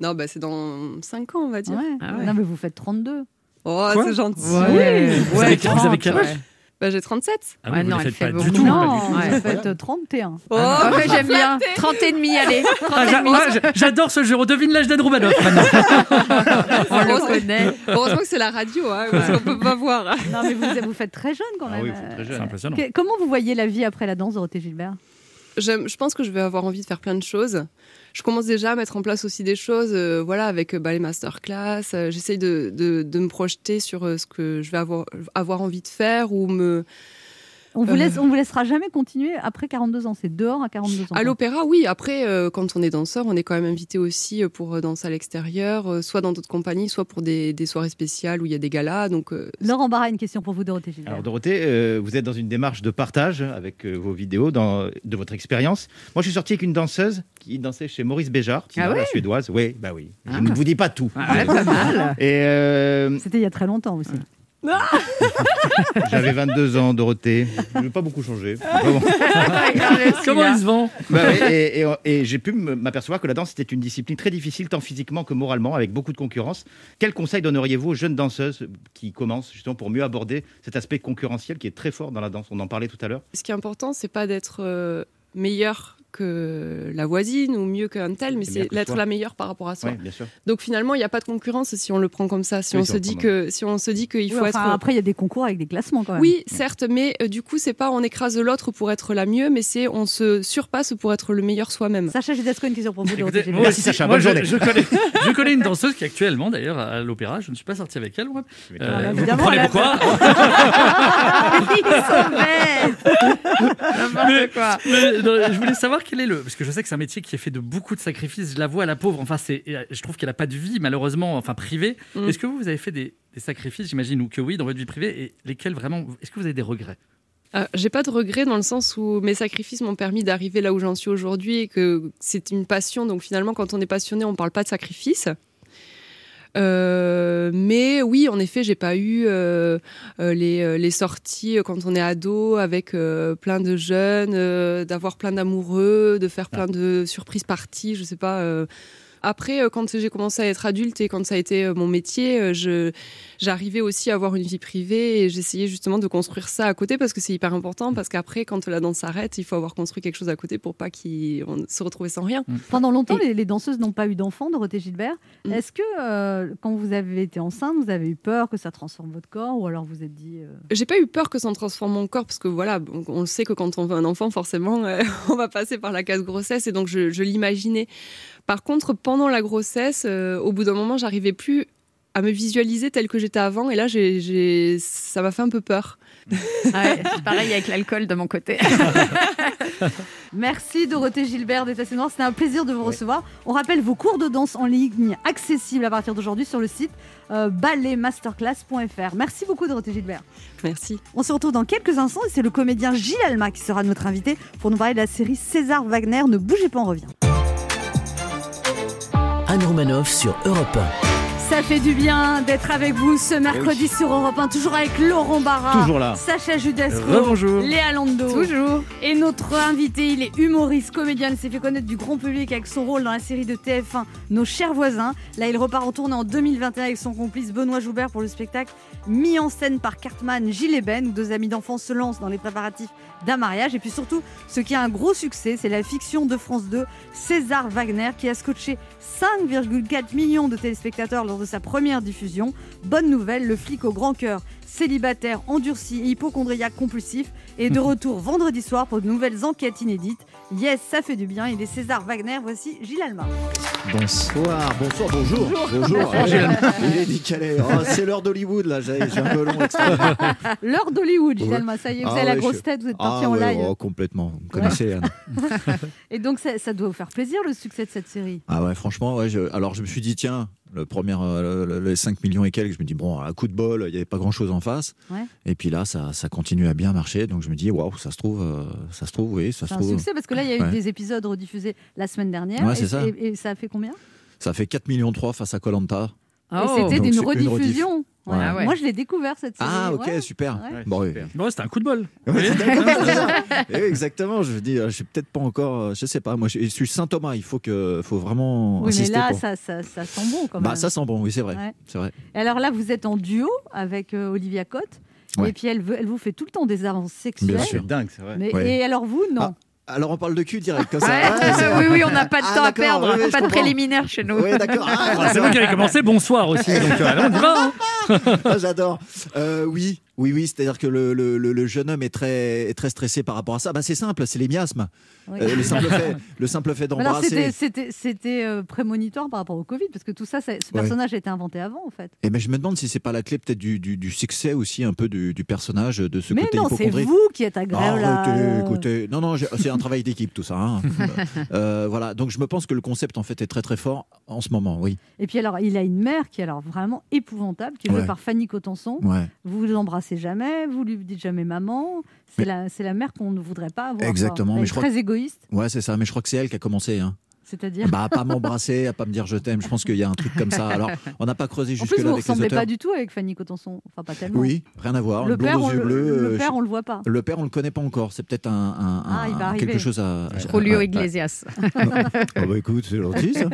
S9: Non, bah c'est dans 5 ans, on va dire.
S3: Ouais.
S6: Ah ouais.
S3: Non, mais vous faites 32.
S9: Oh,
S5: Quoi
S9: c'est gentil.
S6: Ouais.
S5: Vous avez- vous avez quel âge
S9: Bah, j'ai 37.
S5: Ah
S6: Ouais,
S5: vous
S6: non,
S5: les
S6: elle
S5: faites
S6: fait
S5: pas du
S6: beaucoup.
S5: tout.
S3: non,
S5: pas du tout.
S3: vous faites euh, 31.
S9: Oh,
S6: Ah, ouais, j'aime bien. 30 et demi, allez. 30
S5: Ah,
S6: et
S5: j'a-
S6: demi.
S5: ah, j'a- J'adore ce jeu, on devine l'âge d'Anne Romanoff maintenant.
S6: On le
S9: heureusement,
S6: connaît.
S9: heureusement que c'est la radio, hein, parce qu'on peut pas voir.
S3: Non, mais vous, vous faites très jeune quand
S4: Ah
S3: même.
S4: oui, vous êtes très
S5: C'est
S4: jeune.
S5: impressionnant.
S3: Que- comment vous voyez la vie après la danse, Dorothée Gilbert
S9: J'aime- je pense que je vais avoir envie de faire plein de choses. Je commence déjà à mettre en place aussi des choses, euh, voilà, avec euh, bah, les masterclass. euh, J'essaye de, de, de me projeter sur euh, ce que je vais avoir, avoir envie de faire ou me.
S3: On vous
S9: Euh.
S3: laisse, on vous laissera jamais continuer après 42 ans. C'est dehors à 42 ans.
S9: À l'opéra, oui. Après, euh, quand on est danseur, on est quand même invité aussi euh, pour euh, danser à l'extérieur, euh, soit dans d'autres compagnies, soit pour des, des soirées spéciales où il y a des galas. Donc, euh,
S3: Laurent Barra, une question pour vous, Dorothée Gilbert.
S4: Alors Dorothée, euh, vous êtes dans une démarche de partage avec euh, vos vidéos dans- de votre expérience. Moi, je suis sorti avec une danseuse qui dansait chez Maurice Béjart, qui
S6: Ah
S4: est
S6: ouais
S4: la suédoise. Oui, bah oui. Je ne vous dis pas tout.
S6: Ah, pas mal.
S4: Et euh,
S3: C'était il y a très longtemps aussi.
S4: j'avais 22 ans, Dorothée. Je n'ai pas beaucoup changé.
S6: Ah
S4: Vraiment.
S5: Comment il se vend
S4: Bah oui, et et- et j'ai pu me- m'apercevoir que la danse était une discipline très difficile, tant physiquement que moralement, avec beaucoup de concurrence. Quel conseil donneriez-vous aux jeunes danseuses qui commencent justement pour mieux aborder cet aspect concurrentiel qui est très fort dans la danse On en parlait tout à l'heure.
S9: ce qui est important, c'est pas d'être euh, meilleur que la voisine ou mieux qu'un tel, mais
S4: C'est
S9: c'est
S4: meilleur que
S9: d'être
S4: soi.
S9: la meilleure par rapport à soi.
S4: Oui, bien sûr.
S9: Donc finalement, il n'y a pas de concurrence si on le prend comme ça, si
S4: Oui,
S9: on se
S4: si on le
S9: dit
S4: prend
S9: que si on se dit qu'il faut
S3: Oui,
S9: être
S3: enfin, Après, il y a des concours avec des classements quand même.
S9: oui,
S4: Mm.
S9: certes, mais euh, du coup, c'est pas on écrase l'autre pour être la mieux, mais c'est on se surpasse pour être le meilleur soi-même.
S3: Sacha Judasco, une question pour vous, Dorothée
S5: Écoutez,
S3: Gilbert.
S5: moi
S4: Merci,
S5: aussi,
S4: Sacha,
S5: moi,
S4: bonne
S5: je,
S4: journée.
S5: je connais, je connais une danseuse qui est actuellement d'ailleurs à l'opéra. Je ne suis pas sorti avec elle. moi. Euh,
S3: Voilà,
S5: vous
S3: Ah, évidemment,
S5: comprenez
S3: elle a-
S5: pourquoi
S3: Ils sont bêtes.
S5: Mais- mais, non, je voulais savoir quel est le. Parce que je sais que c'est un métier qui est fait de beaucoup de sacrifices. Je la vois, la pauvre. Enfin, c'est, euh, je trouve qu'elle n'a pas de vie, malheureusement, enfin privée.
S9: Mm.
S5: Est-ce que vous, vous avez fait des, des sacrifices, j'imagine, ou que oui, dans votre vie privée Et lesquels vraiment. Est-ce que vous avez des regrets
S9: Euh, J'ai pas de regrets dans le sens où mes sacrifices m'ont permis d'arriver là où j'en suis aujourd'hui et que c'est une passion. Donc finalement, quand on est passionné, on parle pas de sacrifice. Euh, mais oui, en effet, j'ai pas eu euh, euh, les, euh, les sorties euh, quand on est ado avec euh, plein de jeunes, euh, d'avoir plein d'amoureux, de faire plein de surprises parties, je sais pas. euh. Après, euh, quand j'ai commencé à être adulte et quand ça a été euh, mon métier, euh, je j'arrivais aussi à avoir une vie privée et j'essayais justement de construire ça à côté parce que c'est hyper important parce qu'après, quand la danse s'arrête, il faut avoir construit quelque chose à côté pour pas qu'on se retrouve sans rien.
S3: Pendant longtemps, les, les danseuses n'ont pas eu d'enfants, Dorothée Gilbert.
S9: Mm.
S3: Est-ce que euh, quand vous avez été enceinte, vous avez eu peur que ça transforme votre corps ou alors vous vous êtes dit. euh,
S9: J'ai pas eu peur que ça en transforme mon corps parce que voilà, on, on le sait que quand on veut un enfant, forcément, euh, on va passer par la case grossesse et donc je, je l'imaginais. Par contre, pendant la grossesse, euh, au bout d'un moment, j'arrivais plus à me visualiser telle que j'étais avant et là, j'ai- j'ai- ça m'a fait un peu peur.
S6: Ouais, c'est pareil avec l'alcool de mon côté.
S3: Merci Dorothée Gilbert des Tasses Noires, c'était un plaisir de vous recevoir. On rappelle vos cours de danse en ligne accessibles à partir d'aujourd'hui sur le site euh, balletmasterclass.fr. Merci beaucoup Dorothée Gilbert.
S9: Merci.
S3: On se retrouve dans quelques instants et c'est le comédien Gilles Alma qui sera notre invité pour nous parler de la série César Wagner. Ne bougez pas, on revient.
S2: Anne Romanoff sur Europe
S3: Ça fait du bien d'être avec vous ce mercredi sur Europe 1, toujours avec Laurent Barra,
S4: Eh Toujours là.
S3: Sacha Judasco,
S5: Rebonjour.
S3: Léa Lando.
S6: Toujours.
S3: Et notre invité, il est humoriste, comédien, il s'est fait connaître du grand public avec son rôle dans la série de TF1 Nos chers voisins. Là, il repart en tournée en 2021 avec son complice Benoît Joubert pour le spectacle mis en scène par Cartman, Gilles Eben, où deux amis d'enfance se lancent dans les préparatifs d'un mariage. Et puis surtout, ce qui a un gros succès, c'est la fiction de France 2, César Wagner, qui a scotché 5,4 millions de téléspectateurs lors de sa première diffusion. Bonne nouvelle, le flic au grand cœur, célibataire, endurci et hypochondriaque compulsif, est de retour vendredi soir pour de nouvelles enquêtes inédites. Yes, ça fait du bien. Il est César Wagner, voici Gilles Alma.
S10: Bonsoir, bonsoir, bonjour. Bonjour. Il est décalé. Oh, c'est l'heure d'Hollywood, là. J'ai j'ai un peu long. extra.
S3: L'heure d'Hollywood, Gilles
S10: Ouais.
S3: Alma, ça y est, vous
S10: Ah
S3: avez la
S10: ouais,
S3: grosse
S10: je-
S3: tête, vous êtes parti en
S10: ouais,
S3: live.
S10: oh, complètement. Vous me connaissez, Anne.
S3: Et donc, ça, ça doit vous faire plaisir le succès de cette série.
S10: Ah ouais, franchement, ouais, je- alors je me suis dit, tiens, le premier, euh, le- le- les 5 millions et quelques, je me dis, bon, à coup de bol, il n'y avait pas grand-chose en face.
S3: Ouais.
S10: Et puis là, ça, ça continue à bien marcher. Donc je me dis, waouh, ça se trouve, euh, ça se trouve, oui, ça se
S3: C'est un
S10: trouve.
S3: succès parce que là, il y a eu
S10: Ouais.
S3: des épisodes rediffusés la semaine dernière.
S10: Ouais,
S3: et,
S10: c'est ça.
S3: et- et ça a fait combien
S10: Ça fait 4 millions 3 face à Colanta.
S3: Et
S6: Oh.
S3: C'était
S10: Donc,
S3: une
S10: c'est une rediff.
S3: rediffusion.
S10: Ouais.
S6: Ah ouais.
S3: Moi, je l'ai découvert cette série.
S10: Ah, ok,
S3: Ouais.
S10: super.
S3: Ouais.
S10: Bon, oui.
S5: Bon, c'était un coup de bol.
S10: Ouais, c'est d'accord, c'est ça. Et oui, exactement, je veux dire, je suis peut-être pas encore, euh, je sais pas, moi je, je suis Saint Thomas, il faut que, faut vraiment
S3: Oui, mais
S10: insister
S3: là,
S10: pour-
S3: ça, ça, ça sent bon quand même.
S10: Bah, ça sent bon, oui, c'est vrai,
S3: Ouais.
S10: c'est vrai.
S3: Et Alors là, vous êtes en duo avec euh, Olivia Cotte.
S10: Ouais.
S3: Et puis, elle, veut- elle vous fait tout le temps des avances sexuelles.
S10: Bien sûr.
S4: C'est dingue, c'est vrai.
S3: Mais,
S10: Ouais. Ah,
S3: Et euh, alors, vous, non.
S10: Alors on parle de cul direct, comme ça.
S6: Ouais,
S10: Ah, c'est-
S6: oui, oui, on n'a pas de
S10: Ah,
S6: temps à
S10: d'accord,
S6: perdre,
S10: oui, oui, je
S6: pas de
S10: comprends.
S6: préliminaire chez nous.
S10: Oui, d'accord. Ah,
S5: C'est vous qui avez commencé, bonsoir aussi. Donc, euh, là, on y va. hein.
S10: Ah, J'adore. Euh, oui, oui, oui. C'est-à-dire que le, le- le- le jeune homme est très, est très stressé par rapport à ça. Bah, c'est simple, c'est les miasmes.
S3: Oui.
S10: Euh, le simple fait, le simple fait
S3: Mais alors, c'était-
S10: d'embrasser.
S3: c'était c'était, euh, prémonitoire par rapport au Covid, parce que tout ça, ça- ce personnage a été inventé avant, en fait.
S10: Et ben, je me demande si c'est pas la clé peut-être du, du- du succès aussi un peu du, du personnage de ce
S3: Mais
S10: côté
S3: non, c'est
S10: hypochondriaque.
S3: vous qui êtes agréable. euh,
S10: Arrêtez, écoutez. Non, non, j'ai- c'est un travail d'équipe tout ça. hein. Euh, voilà, donc je me pense que le concept en fait est très très fort en ce moment, oui.
S3: Et puis, alors, il a une mère qui est alors vraiment épouvantable, qui est jouée
S10: Ouais.
S3: par Fanny Cotenson.
S10: Ouais,
S3: Vous vous embrassez jamais, vous lui dites jamais maman. C'est
S10: Mais-
S3: la, c'est la mère qu'on ne voudrait pas avoir. quoi.
S10: Exactement,
S3: Elle
S10: mais
S3: est
S10: je crois
S3: très égoïste,
S10: ouais c'est ça, mais je crois que c'est elle qui a commencé. Hein.
S3: c'est-à-dire.
S10: Bah, à pas m'embrasser, à pas me dire je t'aime, je pense qu'il y a un truc comme ça. Alors, on n'a pas creusé
S3: en plus,
S10: jusque-là
S3: vous ne
S10: avec les
S3: ressemblez
S10: auteurs.
S3: pas du tout avec Fanny Cotenson. Enfin, pas tellement.
S10: Oui, rien à voir.
S3: Le
S10: blond
S3: père,
S10: aux
S3: on
S10: yeux
S3: le,
S10: bleus.
S3: le
S10: euh,
S3: père, on le voit pas.
S10: je- le père, on le connaît pas encore. C'est peut-être un, un-
S3: Ah,
S10: un-
S3: il va arriver.
S10: quelque chose à.
S6: Julio
S10: Ouais.
S6: Iglesias.
S10: Ah bah écoute, c'est gentil ça.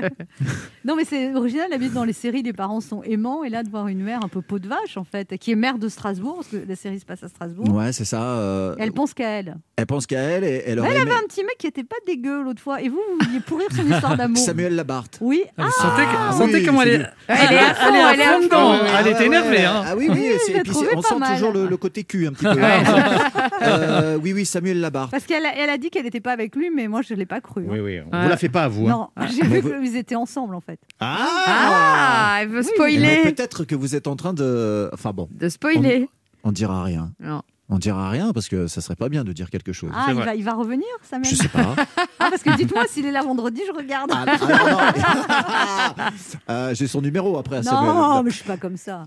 S3: Non, mais c'est original. Habite dans les séries, les parents sont aimants. Et là, de voir une mère un peu peau de vache, en fait, qui est mère de Strasbourg, parce que la série se passe à Strasbourg.
S10: Ouais, c'est ça. euh,
S3: Elle pense qu'à elle.
S10: elle pense qu'à elle et elle
S3: Mais
S10: aurait
S3: elle
S10: aimé-
S3: avait un petit mec qui était pas dégueu l'autre fois. Et vous, vous vouliez pourrir son histoire d'amour.
S10: Samuel Labarthe.
S3: Oui.
S5: Vous sentez, que-
S10: Ah
S5: vous sentez
S10: oui,
S5: comment elle
S10: c'est
S5: est.
S10: dur.
S6: Elle est à fond,
S5: elle est à
S6: elle est à
S5: fond
S6: fond.
S5: dedans. Elle
S10: Ah
S5: était
S10: ouais, ouais.
S5: énervée. hein.
S10: Ah oui, oui,
S3: Oui,
S10: c'est-
S3: je
S10: et puis
S3: la trouvais
S10: c'est- on
S3: pas
S10: sent
S3: mal.
S10: toujours le, le côté cul hein. un petit peu. Euh, oui, oui, Samuel Labarthe.
S3: Parce qu'elle a, elle a dit qu'elle n'était pas avec lui, mais moi, je ne l'ai pas cru. hein.
S4: Oui, oui. On
S6: Ouais.
S4: vous la fait pas à vous. hein.
S3: Non,
S5: Ah.
S3: j'ai
S10: Mais
S3: vu
S10: vous-
S3: qu'ils étaient ensemble, en fait.
S6: Ah, elle veut
S10: Mais
S6: spoiler.
S10: Peut-être que vous êtes en train de. Enfin bon,
S6: De spoiler.
S10: on dira rien.
S6: Non.
S10: On dira rien parce que ça serait pas bien de dire quelque chose.
S3: Ah, il va, il va revenir, Samuel
S10: Je sais pas.
S3: Ah, parce que dites-moi, s'il est là vendredi, je regarde.
S10: Ah, ah, non, non. Euh, J'ai son numéro après. à Samuel
S3: non,
S10: Labarthe.
S3: mais je suis pas comme ça.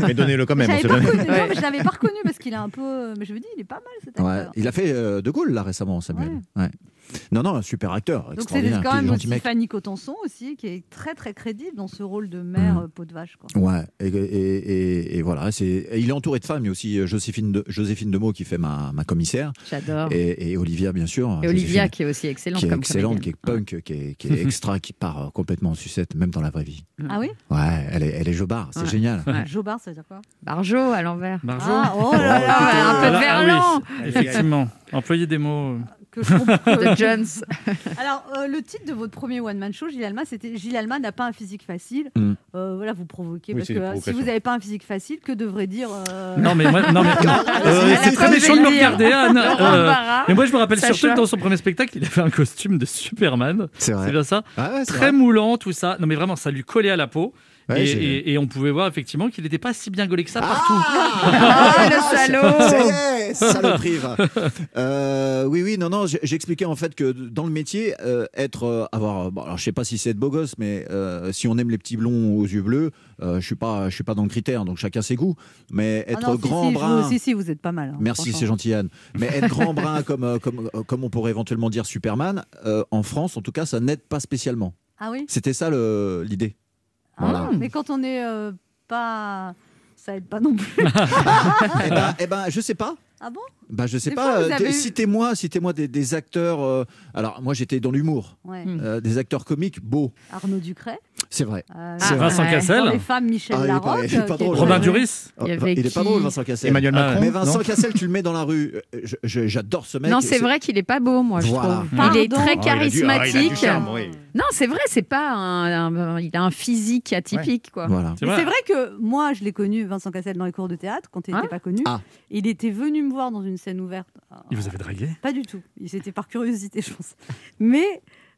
S4: Mais donnez-le quand même. on
S3: J'avais
S4: sait
S3: pas
S4: jamais.
S3: reconnu- non,
S6: Ouais.
S3: mais je l'avais pas reconnu parce qu'il est un peu. Mais je me dis, il est pas mal cet
S10: Ouais,
S3: acteur.
S10: il a fait euh, De Gaulle là récemment, Samuel. Ouais. Non, non, un super acteur.
S3: Donc c'est
S10: Extraordinaire.
S3: quand même
S10: quel
S3: aussi
S10: gentil mec.
S3: Fanny Cotenson aussi, qui est très très crédible dans ce rôle de mère euh, peau de vache. Quoi.
S10: Ouais, et, et- et- et voilà. c'est- et il est entouré de femmes. Il y a aussi euh, Joséphine, de, Joséphine Demeaux qui fait ma, ma commissaire.
S6: J'adore. Et,
S10: Et, et Olivia, bien sûr.
S6: Olivia,
S10: Joséphine,
S6: qui est aussi excellente
S10: qui est
S6: comme
S10: excellente, qui
S6: comédienne.
S10: est punk, qui est, qui est extra, qui part euh, complètement en sucette, même dans la vraie vie.
S3: Ah oui
S10: Ouais, elle est, elle est jobard, c'est
S6: Ouais.
S10: génial.
S6: Ouais.
S3: Jobard, ça veut dire quoi
S6: Barjo à l'envers.
S5: Marjo
S3: Ah, oh là là,
S6: un peu de
S5: Ah
S6: Verlan
S5: oui, Effectivement, employer des mots. euh,
S3: que je comprends.
S6: de Jones.
S3: Alors, euh, le titre de votre premier one-man show, Gilles Alma, c'était Gilles Alma n'a pas un physique facile.
S10: Mm.
S3: Euh, voilà, vous provoquez.
S11: Oui,
S3: parce
S11: c'est
S3: que
S11: des
S3: euh, si
S11: provocations.
S3: vous n'avez pas un physique facile, que devrait dire. euh,
S5: Non, mais moi, non, mais. Euh,
S6: Elle a
S5: c'est
S6: pas
S5: très méchant de
S6: osé
S5: me
S6: le dire.
S5: regarder, Anne.
S6: Laurent
S5: Euh,
S6: Barra.
S5: mais moi, je me rappelle
S6: Sacha.
S5: surtout que dans son premier spectacle, il avait un costume de Superman.
S10: C'est
S5: C'est
S10: vrai. Ah
S5: bien ça
S10: Ouais, ouais, c'est
S5: Très
S10: vrai.
S5: moulant, tout ça. Non, mais vraiment, ça lui collait à la peau.
S10: Ouais,
S5: et,
S10: j'ai-
S5: et- et on pouvait voir effectivement qu'il n'était pas si bien gaulé que ça partout.
S6: Ah, le salaud
S10: Ça y est, saloperie, va. Euh, oui, oui, non, non, j'ai- j'expliquais en fait que dans le métier, euh, être, euh, avoir, bon, alors je sais pas si c'est être beau gosse, mais euh, si on aime les petits blonds aux yeux bleus, euh, je suis pas, je suis pas dans le critère, donc chacun ses goûts. Mais
S3: ah
S10: être
S3: non, si,
S10: grand,
S3: si, je
S10: brun.
S3: vous- si, si, vous êtes pas mal. hein,
S10: Merci,
S3: franchement.
S10: c'est gentil Anne. Mais être grand brun comme, euh, comme, euh, comme on pourrait éventuellement dire Superman, euh, en France en tout cas, ça n'aide pas spécialement.
S3: Ah oui
S10: C'était ça le- l'idée.
S3: Ah,
S10: Voilà.
S3: Mais quand on n'est euh, pas. Ça aide pas non plus.
S10: eh, ben, eh ben, je sais pas.
S3: Ah bon
S10: Bah, je sais
S3: Des
S10: pas.
S3: fois, vous
S10: euh,
S3: avez eu-
S10: Citez-moi citez-moi des, des acteurs. euh, alors, moi, j'étais dans l'humour.
S3: Ouais.
S6: Mm.
S10: Euh, des acteurs comiques beaux.
S3: Arnaud Ducret.
S10: C'est vrai.
S3: euh,
S6: C'est
S3: dans
S5: Vincent
S6: ouais.
S5: Cassel,
S3: les femmes, Michel
S10: Ah, il est pas-
S3: Larocque.
S10: il est pas
S3: euh, qui
S10: drôle. Oh,
S5: Robin
S3: Ouais.
S5: Duris.
S6: Il y avait
S10: il est pas
S6: qui
S10: beau, Vincent Cassel.
S4: Emmanuel
S5: Ah ouais.
S4: Macron.
S10: Mais Vincent
S4: non
S10: Cassel, tu le mets dans la rue. euh, je- je- J'adore ce mec.
S6: Non,
S10: Et
S6: c'est vrai qu'il est pas beau, moi, je
S10: Voilà.
S6: trouve. Il est
S3: Pardon.
S6: très
S3: Ah,
S4: il a du- ah, il a du
S6: charismatique.
S4: charme, oui.
S6: Non, c'est vrai, c'est pas un, un- Il a un physique atypique, quoi.
S10: Voilà.
S5: C'est
S3: Mais
S5: vrai.
S3: C'est vrai que moi, je l'ai connu, Vincent Cassel, dans les cours de théâtre, quand il
S6: Ah.
S3: n'était pas connu.
S10: Ah.
S3: Il était venu me voir dans une scène ouverte. Ah,
S5: Il vous avait dragué
S3: Pas du tout. Il- C'était par curiosité, je pense. Mais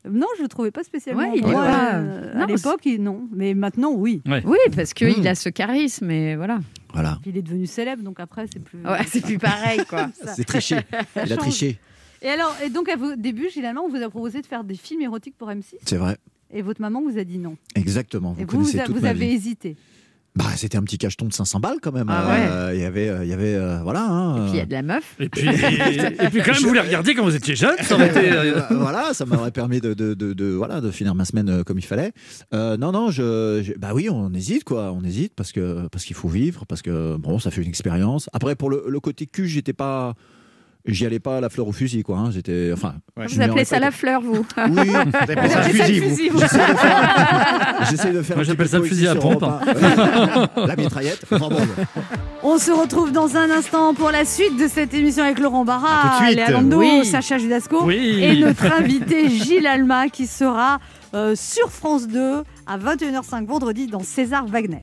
S3: euh, non, je le trouvais pas spécialement.
S6: Ouais, il est
S3: drôle.
S6: pas-
S3: Euh,
S6: Non,
S3: à l'époque, il- non. Mais maintenant, oui.
S6: Oui, parce qu'il
S10: Mm.
S6: a ce charisme, et voilà.
S10: voilà.
S3: Puis il est devenu célèbre, donc après, c'est plus.
S6: Ouais, c'est plus pareil, quoi.
S3: Ça-
S10: C'est triché.
S3: ça
S10: Il a
S3: change.
S10: triché.
S3: Et alors, et donc, à vos débuts, Gilles Allemand, on vous a proposé de faire des films érotiques pour M6,
S10: C'est vrai.
S3: et votre maman vous a dit non.
S10: Exactement. Vous,
S3: et vous,
S10: connaissez
S3: vous, a-
S10: toute
S3: vous
S10: ma
S3: avez
S10: vie.
S3: hésité.
S10: Bah, c'était un petit cacheton de 500 balles quand même.
S6: Ah ouais.
S10: Euh, Il y avait, euh, il y avait, euh, voilà. hein,
S6: Puis il y
S10: euh,
S6: a de la meuf.
S5: et puis, et, puis quand même, vous les regardiez quand vous étiez jeune, ça aurait été. euh,
S10: Euh, voilà, ça m'aurait permis de, de, de- de- voilà, de finir ma semaine euh, comme il fallait. Euh, non, non, je, je- bah oui, on hésite, quoi. On hésite parce que parce qu'il faut vivre, parce que bon, ça fait une expérience. Après, pour le, le côté cul, j'étais pas. J'y allais pas à la fleur au fusil, quoi. hein. J'étais. Enfin.
S4: Ouais.
S10: je
S6: Vous
S10: m'y
S6: appelez
S10: aurais
S6: ça
S10: pas
S6: la fleur, vous
S10: été. Oui,
S4: Vous avez pris ça à
S3: appelez ça le
S4: fusil, vous.
S3: fusil, vous.
S6: Ah.
S10: j'essaie de faire.
S5: Moi,
S10: un petit
S5: j'appelle
S10: peu
S5: ça le
S10: de
S5: fusil à
S10: poésie sur
S5: pompe, hein.
S10: Europe un. la mitraillette. Enfin, bon,
S3: On se retrouve dans un instant pour la suite de cette émission avec Laurent
S4: À
S3: Barra,
S4: tout de suite.
S3: Léa Landau,
S6: Oui.
S3: Sacha Judasco
S5: Oui.
S3: et notre invité Gilles Alma qui sera euh, sur France 2 à 21h05 vendredi dans César Wagner.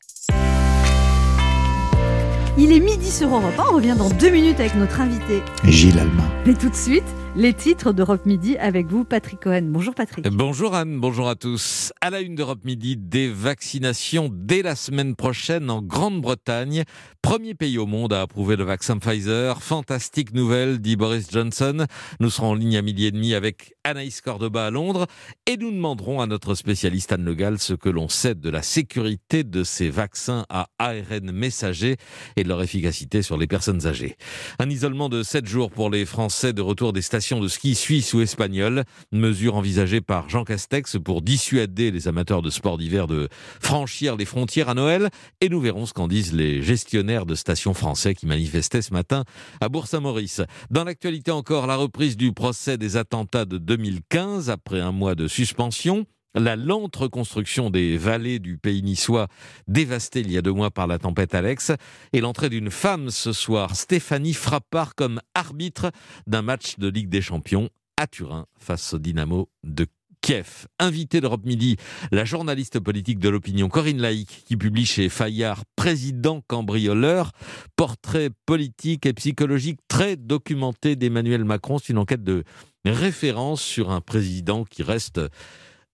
S3: Il est midi sur Europe 1. On revient dans deux minutes avec notre invité.
S10: Gilles Allemand.
S3: Mais tout de suite, les titres d'Europe Midi avec vous, Patrick Cohen. Bonjour Patrick.
S12: Euh, Bonjour Anne, bonjour à tous. À la une d'Europe Midi, des vaccinations dès la semaine prochaine en Grande-Bretagne. Premier pays au monde à approuver le vaccin Pfizer. Fantastique nouvelle, dit Boris Johnson. Nous serons en ligne à midi et demi avec Anaïs Cordoba à Londres et nous demanderons à notre spécialiste Anne Le Gall ce que l'on sait de la sécurité de ces vaccins à ARN messager et de leur efficacité sur les personnes âgées. Un isolement de 7 jours pour les Français de retour des stations de ski suisses ou espagnoles. Mesure envisagée par Jean Castex pour dissuader les amateurs de sports d'hiver de franchir les frontières à Noël. Et nous verrons ce qu'en disent les gestionnaires de stations français qui manifestaient ce matin à Bourg-Saint-Maurice. Dans l'actualité encore, la reprise du procès des attentats de 2015 après un mois de suspension. La lente reconstruction des vallées du pays niçois, dévastées il y a deux mois par la tempête Alex, et l'entrée d'une femme ce soir, Stéphanie Frappard, comme arbitre d'un match de Ligue des Champions à Turin face au Dynamo de Kiev. Invité d'Europe Midi, la journaliste politique de l'opinion Corinne Laïc, qui publie chez Fayard Président cambrioleur, portrait politique et psychologique très documenté d'Emmanuel Macron. C'est une enquête de référence sur un président qui reste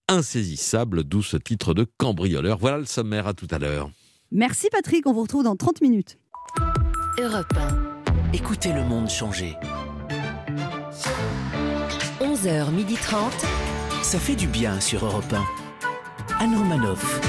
S12: insaisissable, d'où ce titre de cambrioleur. Voilà le sommaire, à tout à l'heure.
S3: Merci Patrick, on vous retrouve dans 30 minutes.
S2: Europe 1. Écoutez le monde changer.
S13: 11h30,
S2: Ça fait du bien sur Europe 1. Anne Romanoff.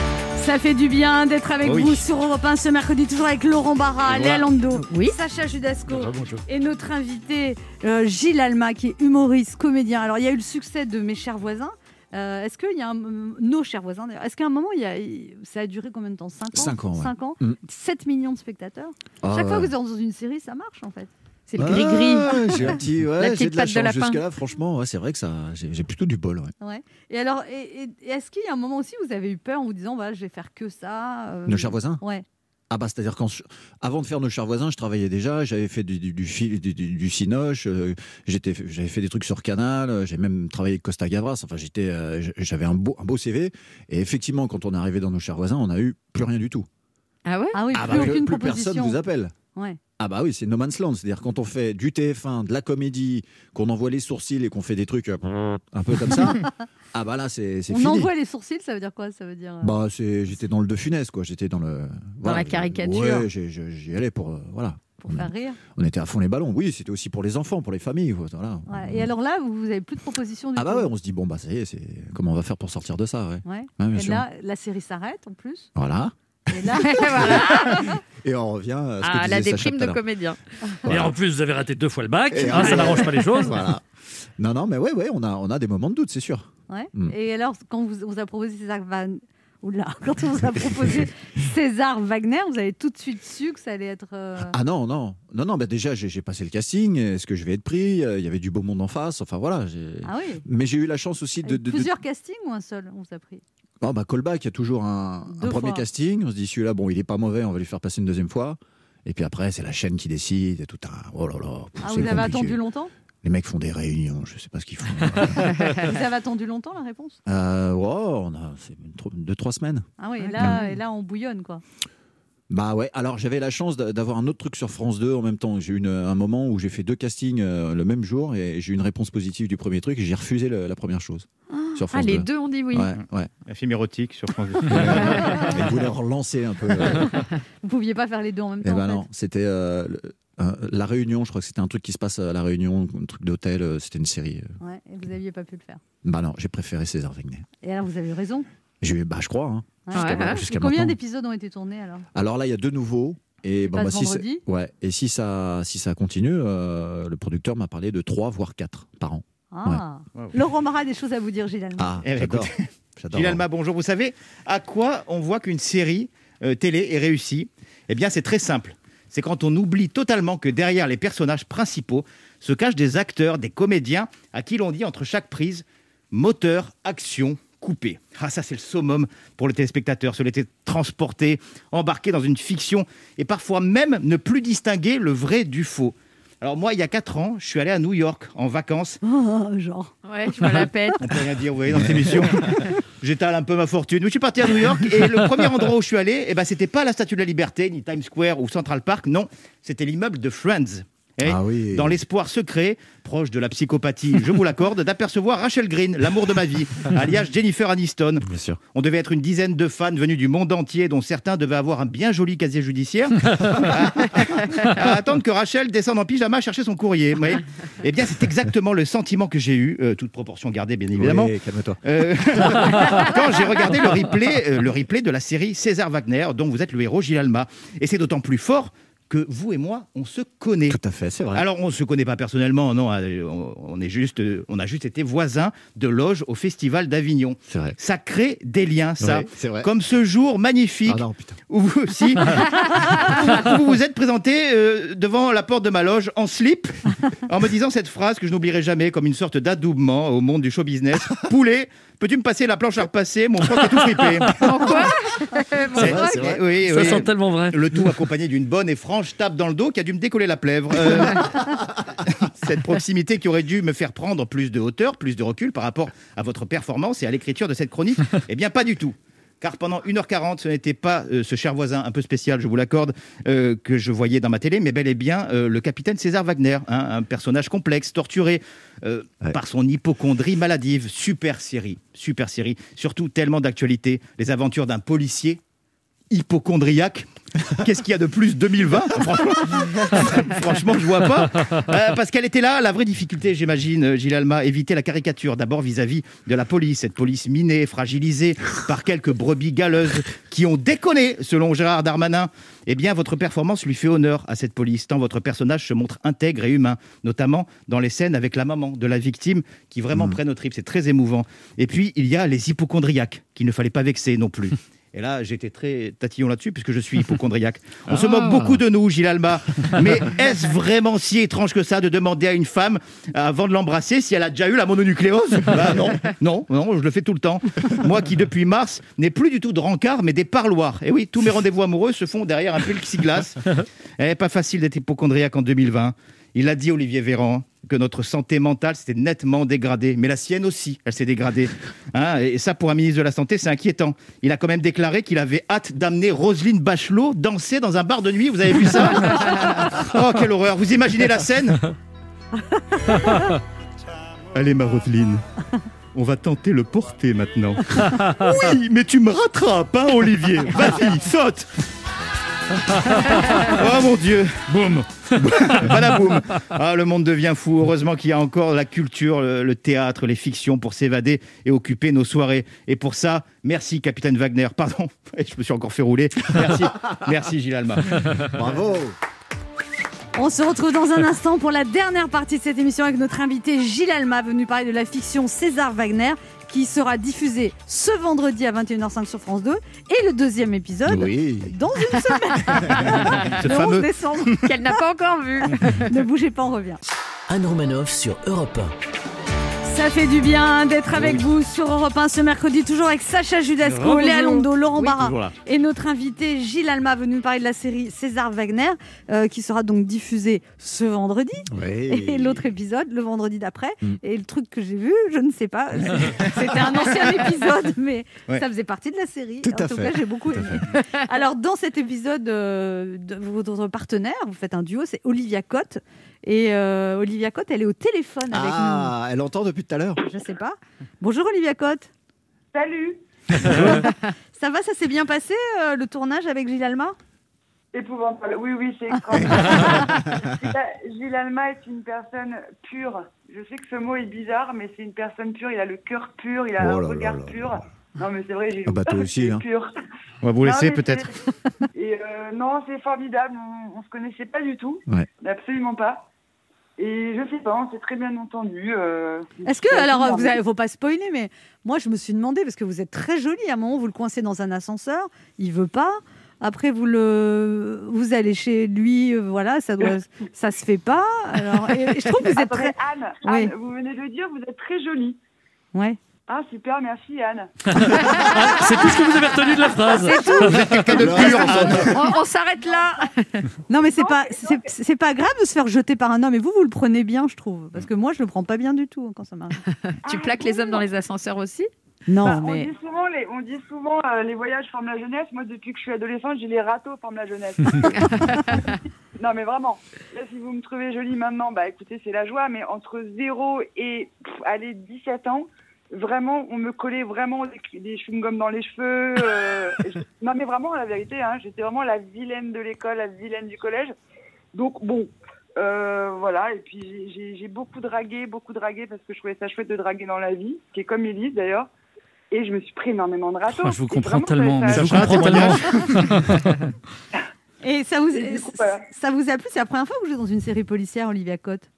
S3: Ça fait du bien d'être avec
S4: Oui.
S3: vous sur Europe 1 ce mercredi, toujours avec Laurent Barra,
S4: Et
S3: Léa
S4: voilà.
S3: Lando,
S6: Oui.
S3: Sacha Judasco
S4: Notre bon jeu.
S3: et notre invité euh, Gilles Alma, qui est humoriste, comédien. Alors, il y a eu le succès de Mes chers voisins. Euh, est-ce qu'il y a un, nos chers voisins d'ailleurs, est-ce qu'à un moment il y a, il- ça a duré combien de temps 5 ans
S10: Cinq ans, ouais.
S3: Cinq ans
S10: Mm.
S3: 7 millions de spectateurs
S10: Ah,
S3: Chaque fois que
S10: ouais.
S3: vous êtes dans une série ça marche en fait
S6: C'est le gris-gris.
S10: Ah, j'ai un petit, ouais,
S6: La petite
S10: j'ai de la
S6: patte de
S10: chance
S6: lapin.
S10: jusque-là. Franchement, ouais, c'est vrai que ça, j'ai j'ai plutôt du bol. ouais.
S3: Et alors et- et- et est-ce qu'il y a un moment aussi où vous avez eu peur en vous disant voilà, je vais faire que ça euh,
S10: Nos chers voisins.
S3: Ouais.
S10: Ah bah c'est-à-dire qu'avant de faire nos chers voisins, je travaillais déjà, j'avais fait du, du, du, fil- du, du- du cinoche, euh, j'étais, j'avais fait des trucs sur Canal, euh, j'ai même travaillé avec Costa Gavras. Enfin j'étais, euh, j- j'avais un beau, un beau CV. Et effectivement, quand on est arrivé dans nos chers voisins, on a eu plus rien du tout.
S6: Ah ouais
S3: Ah oui,
S10: ah
S3: plus
S10: bah,
S3: aucune
S10: plus
S3: proposition.
S10: personne vous appelle.
S3: Ouais.
S10: Ah bah oui, c'est no man's land, c'est-à-dire quand on fait du TF1, de la comédie, qu'on envoie les sourcils et qu'on fait des trucs euh, un peu comme ça. ah bah là c'est, c'est
S3: On
S10: fini.
S3: envoie les sourcils, ça veut dire quoi Ça veut dire euh,
S10: Bah, c'est, j'étais dans le de funès, quoi. J'étais dans le.
S6: la caricature.
S10: Ouais, j'ai- j'ai- j'y allais pour. euh, voilà.
S3: pour faire rire.
S10: On était à fond les ballons. Oui, c'était aussi pour les enfants, pour les familles. quoi, Voilà.
S3: Ouais. Et alors là, vous, vous avez plus de propositions du
S10: ah bah
S3: tout.
S10: ouais, on se dit, bon, bah ça y est, c'est... comment on va faire pour sortir de ça, ouais.
S3: Ouais.
S10: Ouais, bien
S3: Et
S10: sûr.
S3: là, la série s'arrête en plus.
S10: Voilà.
S3: Et là,
S6: Voilà.
S10: Et on revient à ce que
S6: Ah, la
S10: Ah, disait Sacha
S6: déprime
S10: tout à
S6: de
S10: l'heure.
S6: comédien.
S5: Et en plus, vous avez raté deux fois le bac.
S10: Et
S5: Ah, ça
S10: ouais.
S5: n'arrange pas les choses.
S10: Voilà. Non, non, mais ouais, ouais, on a, on a des moments de doute, c'est sûr.
S3: ouais.
S10: Mm.
S3: Et alors, quand vous, on vous a proposé César Wagner, quand on vous a proposé César Wagner, vous avez tout de suite su que ça allait être. euh,
S10: Ah non, non. Non, non, bah déjà, j'ai, j'ai passé le casting. Est-ce que je vais être pris Euh, Il y avait du beau monde en face. Enfin, voilà. j'ai-
S3: Ah oui.
S10: Mais j'ai eu la chance aussi de.
S3: Avec
S10: de- de-
S3: Plusieurs castings ou un seul On vous a pris.
S10: Bon, bah, callback, il y a toujours un, un
S3: Deux
S10: premier
S3: fois.
S10: casting. On se dit, celui-là, bon, il est pas mauvais, on va lui faire passer une deuxième fois. Et puis après, c'est la chaîne qui décide. Et tout un. Oh là là. pff,
S3: Ah,
S10: c'est
S3: vous avez
S10: compliqué.
S3: attendu longtemps
S10: Les mecs font des réunions, je sais pas ce qu'ils font.
S3: Vous avez attendu longtemps la réponse
S10: euh, wow, on a c'est une tro- deux, trois semaines.
S3: Ah oui. Et là, et là, on bouillonne quoi.
S10: Bah ouais, alors j'avais la chance d'a- d'avoir un autre truc sur France 2 en même temps. J'ai eu une- un moment où j'ai fait deux castings euh, le même jour et j'ai eu une réponse positive du premier truc et j'ai refusé le- la première chose. sur
S6: Ah,
S10: France
S6: les
S10: 2.
S6: deux ont dit oui.
S10: Ouais, ouais.
S4: Un film érotique sur France
S10: Et je voulais relancer un peu. euh,
S3: Vous pouviez pas faire les deux en même
S10: Eh
S3: temps.
S10: ben
S3: en fait.
S10: non, c'était euh, le- un- la Réunion, je crois que c'était un truc qui se passe à la Réunion, un truc d'hôtel, euh, c'était une série. euh.
S3: Ouais, et vous n'aviez pas pu le faire.
S10: Bah non, j'ai préféré César Wagner.
S3: Et alors, vous avez eu raison.
S10: J'ai eu- bah je crois. hein.
S3: Ouais.
S6: Jusqu'à-
S3: Ouais.
S10: jusqu'à
S3: Et combien
S10: maintenant.
S3: d'épisodes ont été tournés alors
S10: Alors là, il y a deux nouveaux. Et, bon,
S3: passe
S10: bah, si c'est-
S3: vendredi
S10: ouais, et si ça, si ça continue, euh, le producteur m'a parlé de 3 voire 4 par an.
S3: ah.
S4: Ouais. Wow.
S3: Laurent Marat a des choses à vous dire, Gilles Alma.
S10: Ah,
S4: Eh ben,
S10: j'adore. hein.
S4: Gilles Alma, bonjour. Vous savez à quoi on voit qu'une série euh, télé est réussie Eh bien, c'est très simple. C'est quand on oublie totalement que derrière les personnages principaux se cachent des acteurs, des comédiens à qui l'on dit entre chaque prise moteur, action, coupé. Ah, ça, c'est le summum pour le téléspectateur. Se laisser transporter, embarquer dans une fiction et parfois même ne plus distinguer le vrai du faux. Alors, moi, il y a 4 ans, je suis allé à New York en vacances
S3: Oh, genre.
S6: Ouais, je me la pète.
S4: on peut rien dire, vous voyez, dans cette émission. J'étale un peu ma fortune. Mais je suis parti à New York et le premier endroit où je suis allé, eh ben, c'était pas la Statue de la Liberté, ni Times Square ou Central Park. Non, c'était l'immeuble de Friends. Eh,
S10: Ah oui.
S4: Dans l'espoir secret, proche de la psychopathie, je vous l'accorde, d'apercevoir Rachel Green, l'amour de ma vie, alias Jennifer Aniston.
S10: Bien sûr.
S4: On devait être une dizaine de fans venus du monde entier, dont certains devaient avoir un bien joli casier judiciaire, à, à attendre que Rachel descende en pyjama chercher son courrier. Oui. Eh bien, c'est exactement le sentiment que j'ai eu, euh, toute proportion gardée, bien évidemment.
S10: Oui, calme-toi.
S4: Euh, quand j'ai regardé le replay, euh, le replay de la série César Wagner, dont vous êtes le héros Gilles Alma. Et c'est d'autant plus fort que vous et moi, on se connaît.
S10: Tout à fait, c'est vrai.
S4: Alors, on ne se connaît pas personnellement, non. euh, On on est juste, euh, on a juste été voisins de loge au Festival d'Avignon.
S10: C'est vrai.
S4: Ça crée des liens, ça.
S10: Oui, c'est vrai.
S4: Comme ce jour magnifique
S10: Ah non, putain.
S4: où vous aussi où vous vous êtes présenté euh, devant la porte de ma loge en slip en me disant cette phrase que je n'oublierai jamais comme une sorte d'adoubement au monde du show business poulet peux-tu me passer la planche à repasser mon froc est tout fripé
S10: C'est vrai, c'est vrai.
S4: Oui,
S5: Ça
S4: oui.
S5: sent tellement vrai.
S4: le tout accompagné d'une bonne et franche tape dans le dos qui a dû me décoller la plèvre. Euh, cette proximité qui aurait dû me faire prendre plus de hauteur, plus de recul par rapport à votre performance et à l'écriture de cette chronique, eh bien pas du tout. Car pendant 1h40, ce n'était pas euh, ce cher voisin un peu spécial, je vous l'accorde, euh, que je voyais dans ma télé, mais bel et bien euh, le capitaine César Wagner, hein, un personnage complexe, torturé euh,
S10: Ouais.
S4: par son hypochondrie maladive. Super série, super série. Surtout tellement d'actualité, les aventures d'un policier hypochondriaque. Qu'est-ce qu'il y a de plus 2020 Franchement, franchement, je vois pas. Euh, parce qu'elle était là, la vraie difficulté, j'imagine, euh, Gilles Alma, éviter la caricature. D'abord vis-à-vis de la police, cette police minée, fragilisée par quelques brebis galeuses qui ont déconné, selon Gérard Darmanin. Eh bien, votre performance lui fait honneur à cette police, tant votre personnage se montre intègre et humain, notamment dans les scènes avec la maman de la victime qui vraiment prennent au trip. C'est très émouvant. Et puis, il y a les hypochondriaques qu'il ne fallait pas vexer non plus. Et là, j'étais très tatillon là-dessus, puisque je suis hypochondriaque. On se
S5: Ah.
S4: moque beaucoup de nous, Gilles Alma. Mais est-ce vraiment si étrange que ça de demander à une femme, euh, avant de l'embrasser, si elle a déjà eu la mononucléose Bah non, non, non, je le fais tout le temps. Moi qui, depuis mars, n'ai plus du tout de rencard, mais des parloirs. Et oui, tous mes rendez-vous amoureux se font derrière un plexiglas. Eh, pas facile d'être hypochondriaque en 2020. Il a dit, Olivier Véran, que notre santé mentale s'était nettement dégradée, mais la sienne aussi, elle s'est dégradée. Hein, et ça, pour un ministre de la Santé, c'est inquiétant. Il a quand même déclaré qu'il avait hâte d'amener Roselyne Bachelot danser dans un bar de nuit, vous avez vu ça Oh, quelle horreur Vous imaginez la scène Allez, ma Roselyne, on va tenter le porter maintenant. Oui, mais tu me rattrapes, hein, Olivier Vas-y, saute Oh mon Dieu
S5: Boum
S4: Badaboum Ah, le monde devient fou. Heureusement qu'il y a encore la culture, le, le théâtre, les fictions pour s'évader et occuper nos soirées. Et pour ça, merci, Capitaine Wagner. Pardon, je me suis encore fait rouler. Merci, merci Gilles Alma.
S10: Bravo
S3: On se retrouve dans un instant pour la dernière partie de cette émission avec notre invité Gilles Alma, venu parler de la fiction César Wagner, qui sera diffusée ce vendredi à 21h05 sur France 2, et le deuxième épisode
S10: Oui.
S3: dans une semaine,
S4: Ce
S3: le 11
S4: fameux.
S3: décembre.
S6: qu'elle n'a pas encore vu.
S3: ne bougez pas, on revient.
S2: Anne Romanoff sur Europe
S3: Ça fait du bien d'être avec vous sur Europe 1 ce mercredi, toujours avec Sacha Judasco,
S5: Rebonjour.
S3: Léa Londo, Laurent Barra
S4: Voilà.
S3: et notre invité Gilles Alma, venu nous parler de la série César Wagner, euh, qui sera donc diffusée ce vendredi. Et l'autre épisode, le vendredi d'après.
S10: Mm.
S3: Et le truc que j'ai vu, je ne sais pas. C'était un ancien épisode, mais
S4: Ouais.
S3: ça faisait partie de la série.
S10: Tout
S3: en
S10: à
S3: tout
S10: fait.
S3: cas, j'ai beaucoup
S10: Tout à
S3: aimé. Alors, dans cet épisode, euh, de- votre partenaire, vous faites un duo, c'est Olivia Cotte. Et euh, Olivia Cotte, elle est au téléphone avec
S10: Ah, elle entend depuis tout à l'heure.
S3: nous. Je ne sais pas. Bonjour Olivia Cotte.
S1: Salut
S3: Ça va, ça s'est bien passé euh, le tournage avec Gilles Alma
S1: Épouvantable. Oui, oui, c'est extraordinaire. Gilles- Gilles Alma est une personne pure. Je sais que ce mot est bizarre, mais c'est une personne pure. Il a le cœur pur, il a
S10: Oh
S1: un
S10: là
S1: regard
S10: là là
S1: pur.
S10: là.
S1: Non, mais c'est vrai, Gilles.
S10: Ah bah, toi aussi,
S1: C'est
S10: hein.
S1: pur.
S4: On va vous
S1: Non,
S4: laisser
S1: mais
S4: peut-être.
S1: c'est- Et euh, non, c'est formidable. On, on se connaissait pas du tout.
S10: Ouais.
S1: Absolument pas. Et je sais pas, on s'est très bien entendu. euh,
S3: Est-ce que,
S1: c'est
S3: alors,
S1: formidable.
S3: vous avez- faut pas spoiler, mais moi, je me suis demandé, parce que vous êtes très jolie, à un moment, vous le coincez dans un ascenseur, il veut pas. Après, vous le, vous allez chez lui, euh, voilà, ça doit, ça se fait pas. Alors, et- et je trouve que vous êtes
S1: Attendez,
S3: très,
S1: Anne,
S3: Oui.
S1: Anne, vous venez de le dire, vous êtes très jolie.
S3: ouais.
S1: Ah, super, merci Anne.
S5: Ah, C'est tout ce que vous avez retenu de la phrase.
S4: Quelqu'un de pur, Anne.
S6: On, on s'arrête là.
S3: Non, mais c'est
S1: Non,
S3: pas,
S1: mais-
S3: c'est c'est pas grave de se faire jeter par un homme. Et vous, vous le prenez bien, je trouve, parce que moi, je le prends pas bien du tout hein, quand ça m'arrive.
S6: Tu plaques les hommes dans les ascenseurs aussi
S3: Non,
S1: Bah,
S3: mais
S1: On dit souvent, les, on dit souvent euh, les voyages forment la jeunesse. Moi, depuis que je suis adolescente, j'ai les râteaux forment la jeunesse. non, mais vraiment. Là, si vous me trouvez jolie maintenant, bah écoutez, c'est la joie. Mais entre 0 et pff, allez, 17 ans, vraiment, on me collait vraiment des, des chewing-gums dans les cheveux. euh, je- non, mais vraiment, la vérité, hein, j'étais vraiment la vilaine de l'école, la vilaine du collège. Donc, bon. euh, voilà, et puis j'ai- j'ai- j'ai beaucoup dragué, beaucoup dragué parce que je trouvais ça chouette de draguer dans la vie, qui est comme Élise d'ailleurs. Et je me suis pris énormément de râteaux.
S5: Oh, je vous comprends
S1: Vraiment, ça-
S5: tellement,
S1: ça-
S5: mais je vous
S4: Sacha,
S5: comprends tellement.
S4: témoignage
S3: et ça vous,
S1: Et du coup, voilà.
S3: ça vous a plu C'est la première fois que vous êtes dans une série policière, Olivia Cotte.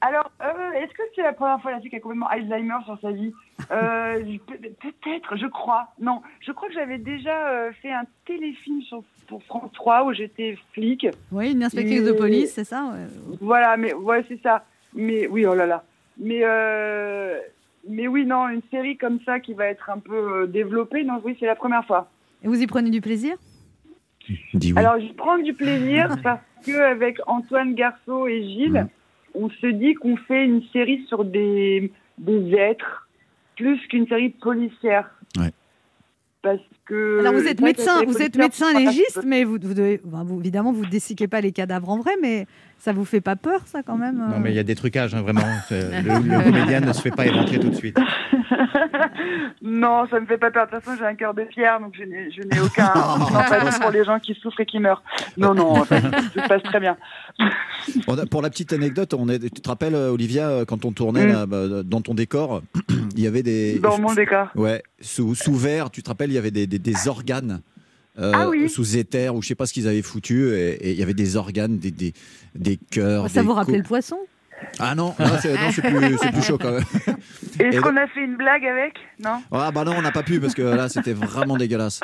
S1: Alors, euh, est-ce que c'est la première fois la fille qui a complètement Alzheimer sur sa vie Euh, je- peut- Peut-être, je crois. Non, je crois que j'avais déjà euh, fait un téléfilm sur, pour France 3 où j'étais flic.
S3: Oui, une inspectrice de
S1: Et-
S3: police, c'est ça. ouais.
S1: Euh, Voilà, mais ouais, c'est ça. Mais oui, oh là là. Mais euh, mais oui, non, une série comme ça qui va être un peu euh, développée. Non, oui, c'est la première fois.
S3: Et vous y prenez du plaisir
S10: Dis oui.
S1: Alors, je prends du plaisir parce que avec Antoine Garceau et
S10: Mm.
S1: Gilles, on se dit qu'on fait une série sur des, des êtres plus qu'une série policière.
S10: Ouais.
S1: Parce que.
S3: Euh, Alors vous êtes
S1: c'est vrai que la
S3: médecin,
S1: série
S3: vous êtes
S1: policière,
S3: médecin
S1: on parle pas
S3: légiste,
S1: de-
S3: mais vous, vous devez, ben, vous- évidemment, vous dessicquez pas les cadavres en vrai, mais ça vous fait pas peur, ça quand même euh
S4: Non, mais il y a des trucages, hein, vraiment. Euh, Le, le comédien ne se fait pas éventrer tout de suite.
S1: non, ça me fait pas peur. De toute façon, j'ai un cœur de pierre, donc je n'ai je n'ai aucun empathie pour les gens qui souffrent et qui meurent. Non, non, en fait, ça se passe très bien.
S10: On a- pour la petite anecdote, on est, tu te rappelles, euh, Olivia, euh, quand on tournait
S1: Mm.
S10: là, bah, dans ton décor, il y avait des.
S1: Dans mon décor.
S10: Ouais, sous, sous verre, tu te rappelles, il y avait des, des- des organes. euh,
S1: Ah oui.
S10: Sous éther, ou je sais pas ce qu'ils avaient foutu, et et il y avait des organes, des, des, des cœurs.
S3: Ça
S10: des
S3: vous rappelait
S10: cou-
S3: le poisson
S10: Ah non, non, c'est non, c'est plus, c'est plus chaud quand même.
S1: Est-ce
S10: Et-
S1: qu'on a fait une blague avec Non
S10: Ah bah non, on n'a pas pu parce que là c'était vraiment dégueulasse.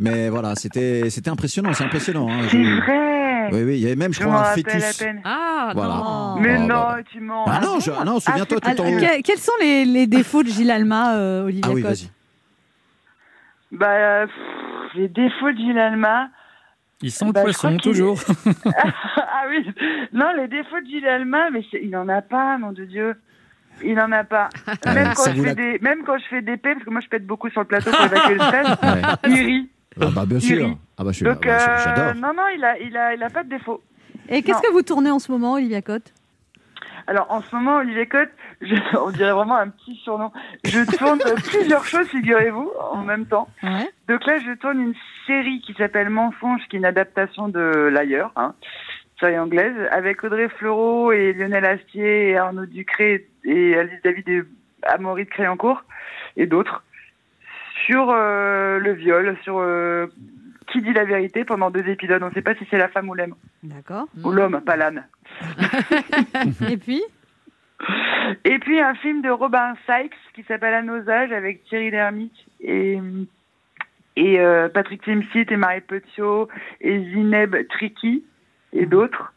S10: Mais voilà, c'était c'était impressionnant, c'est impressionnant. hein.
S1: C'est
S10: Je-
S1: vrai
S10: Oui, oui, il y avait même, je
S1: Je m'en
S10: crois, un
S1: rappelle à
S10: fœtus.
S1: peine.
S6: Ah
S10: Voilà.
S6: non
S1: Mais
S10: Ah,
S1: non,
S10: bah,
S1: tu mens.
S10: Ah non, je- ah non souviens-toi tout
S3: Alors,
S10: en haut.
S3: que- quels sont les, les défauts de Gilles Alma, euh, Olivier
S10: Ah oui,
S3: Cotte
S10: vas-y.
S1: Bah, euh, pff, les défauts de Gilles Alma.
S5: Il sent le
S1: Bah, je
S5: poisson
S1: crois qu'il-
S5: toujours.
S1: ah oui, non, les défauts de Gilles Alma, mais c'est- il n'en a pas, nom de Dieu. Il n'en a pas. Même,
S10: Ouais,
S1: quand
S10: ça
S1: je
S10: vous
S1: fais
S10: la-
S1: des, même quand je fais des paix, parce que moi je pète beaucoup sur le plateau pour évacuer le stress, il rit.
S10: Ah bah bien
S1: Yuri.
S10: sûr. Ah bah je suis
S1: Donc,
S10: ah bah, je-
S1: euh,
S10: j'adore.
S1: non, non, il a, il, a, il a pas de défaut.
S3: Et qu'est-ce
S1: Non.
S3: que vous tournez en ce moment, Olivia Cotte
S1: Alors en ce moment, Olivier Cotte, je- on dirait vraiment un petit surnom. Je tourne plusieurs choses, figurez-vous, en même temps.
S3: Ouais.
S1: Donc là, je tourne une série qui s'appelle Mensonge, qui est une adaptation de l'ailleurs, hein, série anglaise, avec Audrey Fleurot et Lionel Astier et Arnaud Ducré et Alice David et Amaury de Créancourt et d'autres sur euh, le viol, sur euh, qui dit la vérité pendant deux épisodes. On ne sait pas si c'est la femme ou l'homme,
S3: D'accord.
S1: ou l'homme, pas l'âne.
S3: Et puis
S1: Et puis un film de Robin Sykes qui s'appelle À nos âges avec Thierry Lhermitte et, et euh, Patrick Timsit et Marie Petiot et Zineb Triki
S3: Mhm.
S1: et d'autres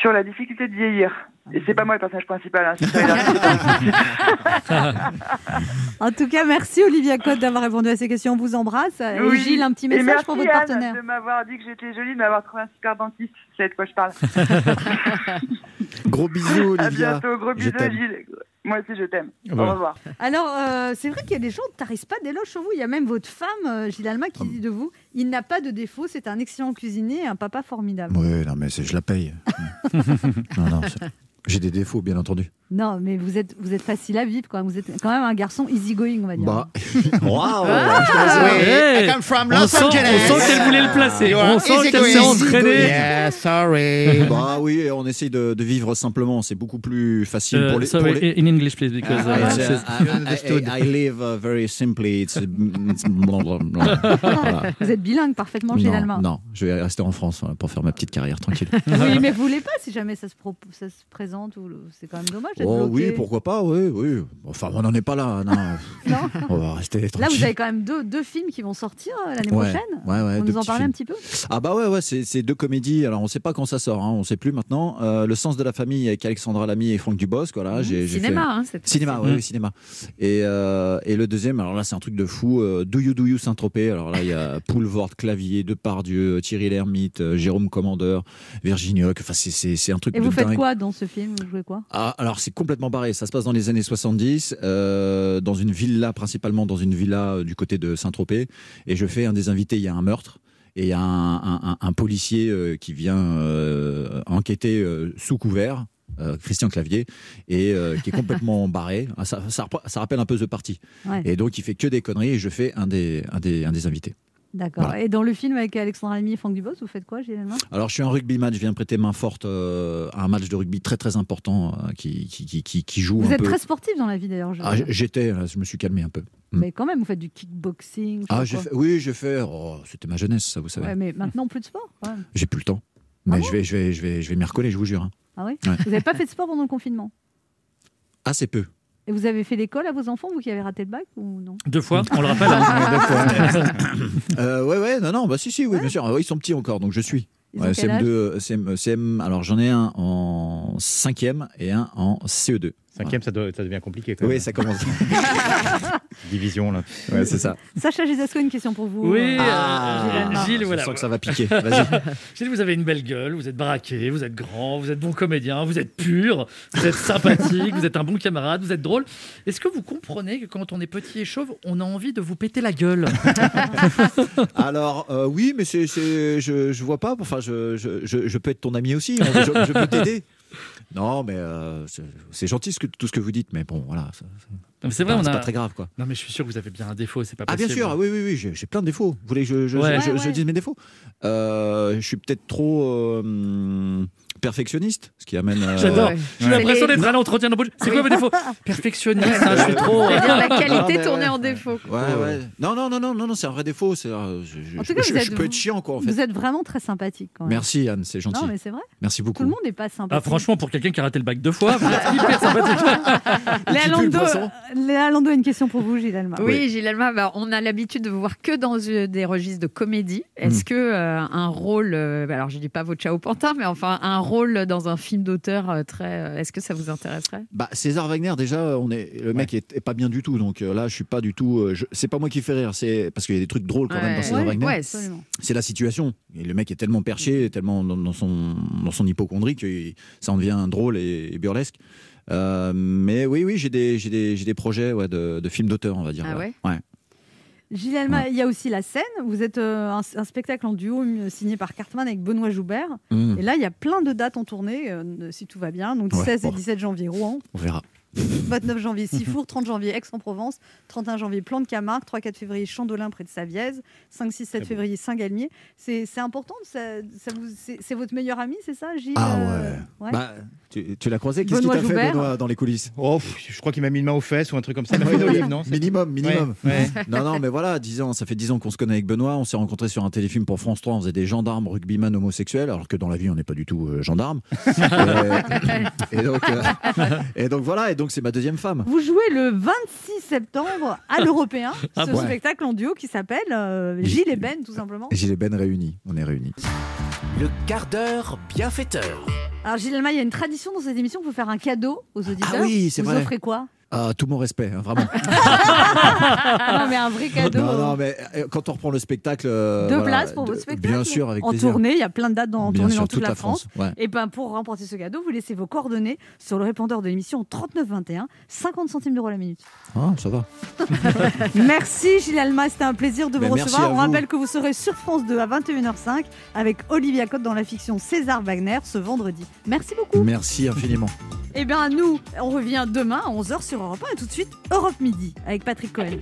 S1: sur la difficulté de vieillir. Et c'est pas moi le personnage principal, hein, c'est Thierry Lhermitte.
S3: En tout cas, merci Olivia Cotte d'avoir répondu à ces questions. On vous embrasse. Et
S1: Oui.
S3: Gilles, un petit
S1: Et
S3: message
S1: merci
S3: pour votre
S1: Anne
S3: partenaire.
S1: de m'avoir dit que j'étais jolie, de m'avoir trouvé un super dentiste. Je sais de quoi je parle.
S10: Gros bisous,
S1: À
S10: Olivia.
S1: bientôt, gros
S10: je
S1: bisous
S10: t'aime.
S1: Gilles. Moi aussi je t'aime.
S4: Ouais.
S1: Au revoir.
S3: Alors, euh, c'est vrai qu'il y a des gens qui ne tarissent pas d'éloges sur vous. Il y a même votre femme, euh, Gilles Alma, qui dit de vous il n'a pas de défaut, c'est un excellent cuisinier et un papa formidable.
S10: Oui, non mais c'est- je la paye. non, non, c'est- j'ai des défauts, bien entendu.
S3: Non, mais vous êtes, vous êtes facile à vivre quand même. Vous êtes quand même un garçon easygoing, on va dire.
S10: Bah, waouh
S5: Hey.
S4: Ah. I come from
S5: On
S4: Los
S5: sent, on
S4: Angeles.
S5: sent qu'elle voulait le placer.
S4: You
S5: On
S4: are
S5: sent qu'elle
S4: easy
S5: s'est
S4: going.
S5: entraînée.
S4: Yeah, sorry.
S10: Bah oui, et on essaye de, de vivre simplement, c'est beaucoup plus facile
S5: Euh,
S10: pour les.
S5: sorry,
S10: pour les-
S5: in English, please, because,
S10: Ah,
S5: uh,
S10: it's, uh,
S5: she's-
S10: I,
S4: understood.
S10: I- I live uh, very simply. It's, uh, it's- Voilà.
S3: Vous êtes bilingue parfaitement, Gilles Alma.
S10: Non, non, je vais rester en France voilà, pour faire ma petite carrière tranquille.
S3: Oui, mais vous voulez pas si jamais ça se, pro- ça se présente. ou le- C'est quand même dommage d'être
S10: Oh
S3: bloqué.
S10: oui, pourquoi pas, oui, oui. Enfin, on n'en est pas là, non.
S3: Non.
S10: on va rester
S3: Là,
S10: tranquille.
S3: vous avez quand même deux, deux films qui vont sortir euh, l'année
S10: Ouais,
S3: prochaine.
S10: ouais, ouais,
S3: Vous
S10: deux
S3: nous en
S10: petits
S3: parlez un
S10: films.
S3: petit peu
S10: Ah bah ouais, ouais, c'est c'est deux comédies. Alors on sait pas quand ça sort, hein, on sait plus maintenant. Euh, le sens de la famille avec Alexandra Lamy et Franck Dubosc, voilà.
S3: Mmh,
S10: j'ai- j'ai
S6: Cinéma,
S10: fait-
S6: hein, cette
S10: Cinéma, ouais,
S5: Mm.
S10: oui, cinéma. Et, euh, et le deuxième, alors là, c'est un truc de fou. Euh, do You Do You Saint-Tropez. Alors là, il y a Poulvord, Clavier, Depardieu, Thierry Lhermitte, euh, Jérôme Commandeur, Virginie Hoc. Enfin, c'est- c'est c'est un truc
S3: Et
S10: de
S3: vous faites
S10: dingue.
S3: quoi dans ce film Vous jouez quoi
S10: Ah, alors c'est complètement barré. Ça se passe dans les années 70, euh, dans une villa, principalement dans une villa euh, du côté de Saint-Tropez. Et je fais un des invités. Il y a un meurtre. Et il y a un, un- un- un policier euh, qui vient euh, enquêter euh, sous couvert, euh, Christian Clavier, et euh, qui est complètement barré. Ah, Ça, ça rappro- ça rappelle un peu The Party.
S3: Ouais.
S10: Et donc il fait que des conneries et je fais un des, un des, un des invités.
S3: D'accord.
S10: Voilà.
S3: Et dans le film avec Alexandre Lamy et Franck Dubos, vous faites quoi, Gilles Alma
S10: Alors je suis un rugby match, je viens prêter main forte euh, à un match de rugby très très important euh, qui, qui, qui, qui- qui joue
S3: Vous
S10: un
S3: êtes
S10: peu.
S3: très sportif dans la vie d'ailleurs. je-
S10: Ah, j- J'étais, là, je me suis calmé un peu.
S3: Mais quand même, vous faites du kickboxing. je sais
S10: Ah,
S3: pas
S10: j'ai
S3: quoi.
S10: fait- oui, j'ai fait. oh, C'était ma jeunesse, ça, vous savez.
S3: Ouais, mais maintenant, plus de sport quand même.
S10: J'ai plus le temps.
S3: Ah
S10: Mais
S3: bon
S10: je vais, je vais, je vais, je vais m'y recoller, je vous jure. hein.
S3: Ah oui
S10: Ouais.
S3: Vous n'avez pas fait de sport pendant le confinement
S10: Assez peu.
S3: Et vous avez fait l'école à vos enfants, vous qui avez raté le bac ou non
S5: Deux fois, on le rappelle. hein.
S10: Euh, ouais, ouais, non, non, bah si, si, oui, bien sûr. Ah, ouais, ils sont petits encore, donc je suis.
S3: Ils ont
S10: Ouais,
S3: quel âge
S10: CM2, euh, CM, euh, CM, alors j'en ai un en 5e et un en CE2.
S4: Cinquième, ça, doit- ça devient compliqué. Quand
S10: Oui,
S4: même.
S10: ça commence.
S4: Division, là.
S10: ouais, c'est ça.
S3: Sacha Gisasco, une question pour vous.
S5: Oui,
S3: Euh,
S5: euh,
S3: Gilles Alma.
S5: Gilles, voilà.
S10: Je sens que ça va piquer. Vas-y.
S5: Gilles, vous avez une belle gueule, vous êtes baraqué, vous êtes grand, vous êtes bon comédien, vous êtes pur, vous êtes sympathique, vous êtes un bon camarade, vous êtes drôle. Est-ce que vous comprenez que quand on est petit et chauve, on a envie de vous péter la gueule
S10: Alors, euh, oui, mais c'est, c'est- je, je vois pas. Enfin, je, je, je, je peux être ton ami aussi. hein. Je, je peux t'aider. Non, mais euh, c'est- c'est gentil ce que- tout ce que vous dites, mais bon, voilà. ça-
S5: Non, mais C'est vrai,
S10: pas-
S5: on
S10: c'est
S5: a.
S10: pas très grave, quoi.
S5: Non, mais je suis sûr que vous avez bien un défaut, c'est pas
S10: Ah bien
S5: possible.
S10: sûr, ah oui, oui, oui, j'ai j'ai plein de défauts. Vous voulez que je, je,
S5: Ouais.
S10: je- je-
S3: Ouais,
S10: je
S3: ouais.
S10: dise mes défauts Euh, Je suis peut-être trop euh, hum, perfectionniste, ce qui amène... euh,
S5: J'adore. J'ai
S6: C'est
S5: l'impression
S6: les-
S5: d'être à l'entretien d'embauche. C'est quoi vos défauts Perfectionniste, hein, je suis trop.
S6: C'est-à-dire la qualité
S10: Ah, mais
S6: tournée
S10: ouais.
S6: en défaut. quoi.
S10: Ouais, ouais. Non, non, non, non, non, non, c'est un vrai défaut. c'est, euh, je, je-
S3: En tout cas,
S10: je-
S3: vous
S10: je
S3: êtes-
S10: peux être chiant, quoi, en fait.
S3: Vous êtes vraiment très sympathique quand même.
S10: Merci, Anne, c'est gentil.
S3: Non, mais c'est vrai,
S10: Merci beaucoup.
S3: tout le monde n'est pas sympathique.
S5: Ah, franchement, pour quelqu'un qui a raté le bac deux fois,
S6: Ah.
S5: vous êtes hyper sympathique.
S3: Léa
S10: qui pue le
S3: Lando,
S10: poisson
S3: Léa Lando a une question pour vous, Gilles Alma.
S6: Oui, Gilles Alma, bah, on a l'habitude de vous voir que dans euh, des registres de comédie. Est-ce que euh, un rôle, euh, alors je dis pas votre chat au pantin, mais enfin un rôle dans un film d'auteur euh, très, euh, est-ce que ça vous intéresserait
S10: Bah, César Wagner, déjà, euh, on est, le mec est, est pas bien du tout. Donc euh, là, je suis pas du tout. euh, je- c'est pas moi qui fais rire. C'est parce qu'il y a des trucs drôles quand même dans
S6: Ouais.
S10: César
S6: Ouais,
S10: Wagner.
S6: ouais, c'est-
S3: Absolument.
S10: C'est la situation. Et le mec est tellement perché, tellement dans, dans son, dans son hypochondrie que il- ça en devient drôle et, et burlesque. Euh, mais oui, oui, j'ai des, j'ai des, j'ai des projets ouais, de, de films d'auteur, on va dire.
S6: Ah ouais
S3: Gilles Alma, il y a aussi la scène. Vous êtes euh, un, un spectacle en duo euh, signé par Cartman avec Benoît Joubert.
S10: Mmh,
S3: Et là, il y a plein de dates en tournée, euh, si tout va bien. Donc
S10: Ouais,
S3: 16 et
S10: bon.
S3: 17 janvier Rouen,
S10: on verra.
S3: 29 janvier Sifour, 30 janvier Aix-en-Provence, 31 janvier Plan de Camargue, 3-4 février Chandolin près de Savièse, 5-6-7 février Saint-Galmier. C'est c'est important, ça, ça vous- c'est c'est votre meilleur ami, c'est ça, Gilles
S10: Ah
S3: euh, ouais
S10: Bah, tu tu l'as croisé Qu'est-ce qu'il
S3: Benoît
S10: t'a fait,
S3: Joubert
S10: Benoît, dans les coulisses Ah, bah
S4: Oh, pff, je crois qu'il m'a mis une main aux fesses ou un truc comme ça. Il m'a fait une olive, non c'est-
S10: Minimum, minimum.
S4: Ouais,
S10: Non, non, mais voilà, 10 ans, ça fait 10 ans qu'on se connaît avec Benoît. On s'est rencontrés sur un téléfilm pour France 3. On faisait des gendarmes, rugbyman, homosexuels, alors que dans la vie, on n'est pas du tout euh, gendarme. et, et donc, euh, et donc voilà, et donc c'est ma deuxième femme.
S3: Vous jouez le 26 septembre à l'Européen,
S5: Ah
S3: ce
S5: bon
S3: spectacle en duo qui s'appelle euh, Gilles et Ben, tout simplement.
S10: Et Gilles et Ben réunis, on est réunis.
S2: Le quart d'heure bienfaiteur.
S3: Alors Gilles Alma, il y a une tradition dans cette émission, il faut faire un cadeau aux auditeurs.
S10: Ah oui, c'est
S3: Vous
S10: vrai.
S3: offrez quoi
S10: Ah, tout mon respect, hein, vraiment.
S3: Ah Non mais un vrai cadeau.
S10: non, non, mais euh, quand on reprend le spectacle. euh,
S3: Deux
S10: voilà,
S3: places pour
S10: de-
S3: votre spectacle
S10: Bien sûr, avec
S3: En
S10: plaisir.
S3: tournée, il y a plein de dates dans, en
S10: Bien
S3: tournée
S10: sûr,
S3: dans toute, la France.
S10: ouais.
S3: Et ben pour remporter ce cadeau, vous laissez vos coordonnées sur le répondeur de l'émission 3921, 50 centimes d'euros la minute.
S10: Ah, ça va.
S3: Merci Gilles Alma, c'était un plaisir de vous
S10: Ben, merci
S3: recevoir.
S10: à
S3: On
S10: vous.
S3: rappelle que vous serez sur France 2 à 21h05 avec Olivia Cotte dans la fiction César Wagner ce vendredi. Merci beaucoup. Eh ben,
S10: Merci infiniment.
S3: Et bien nous, on revient demain à 11h sur Europe 1 et tout de suite Europe Midi avec Patrick Cohen.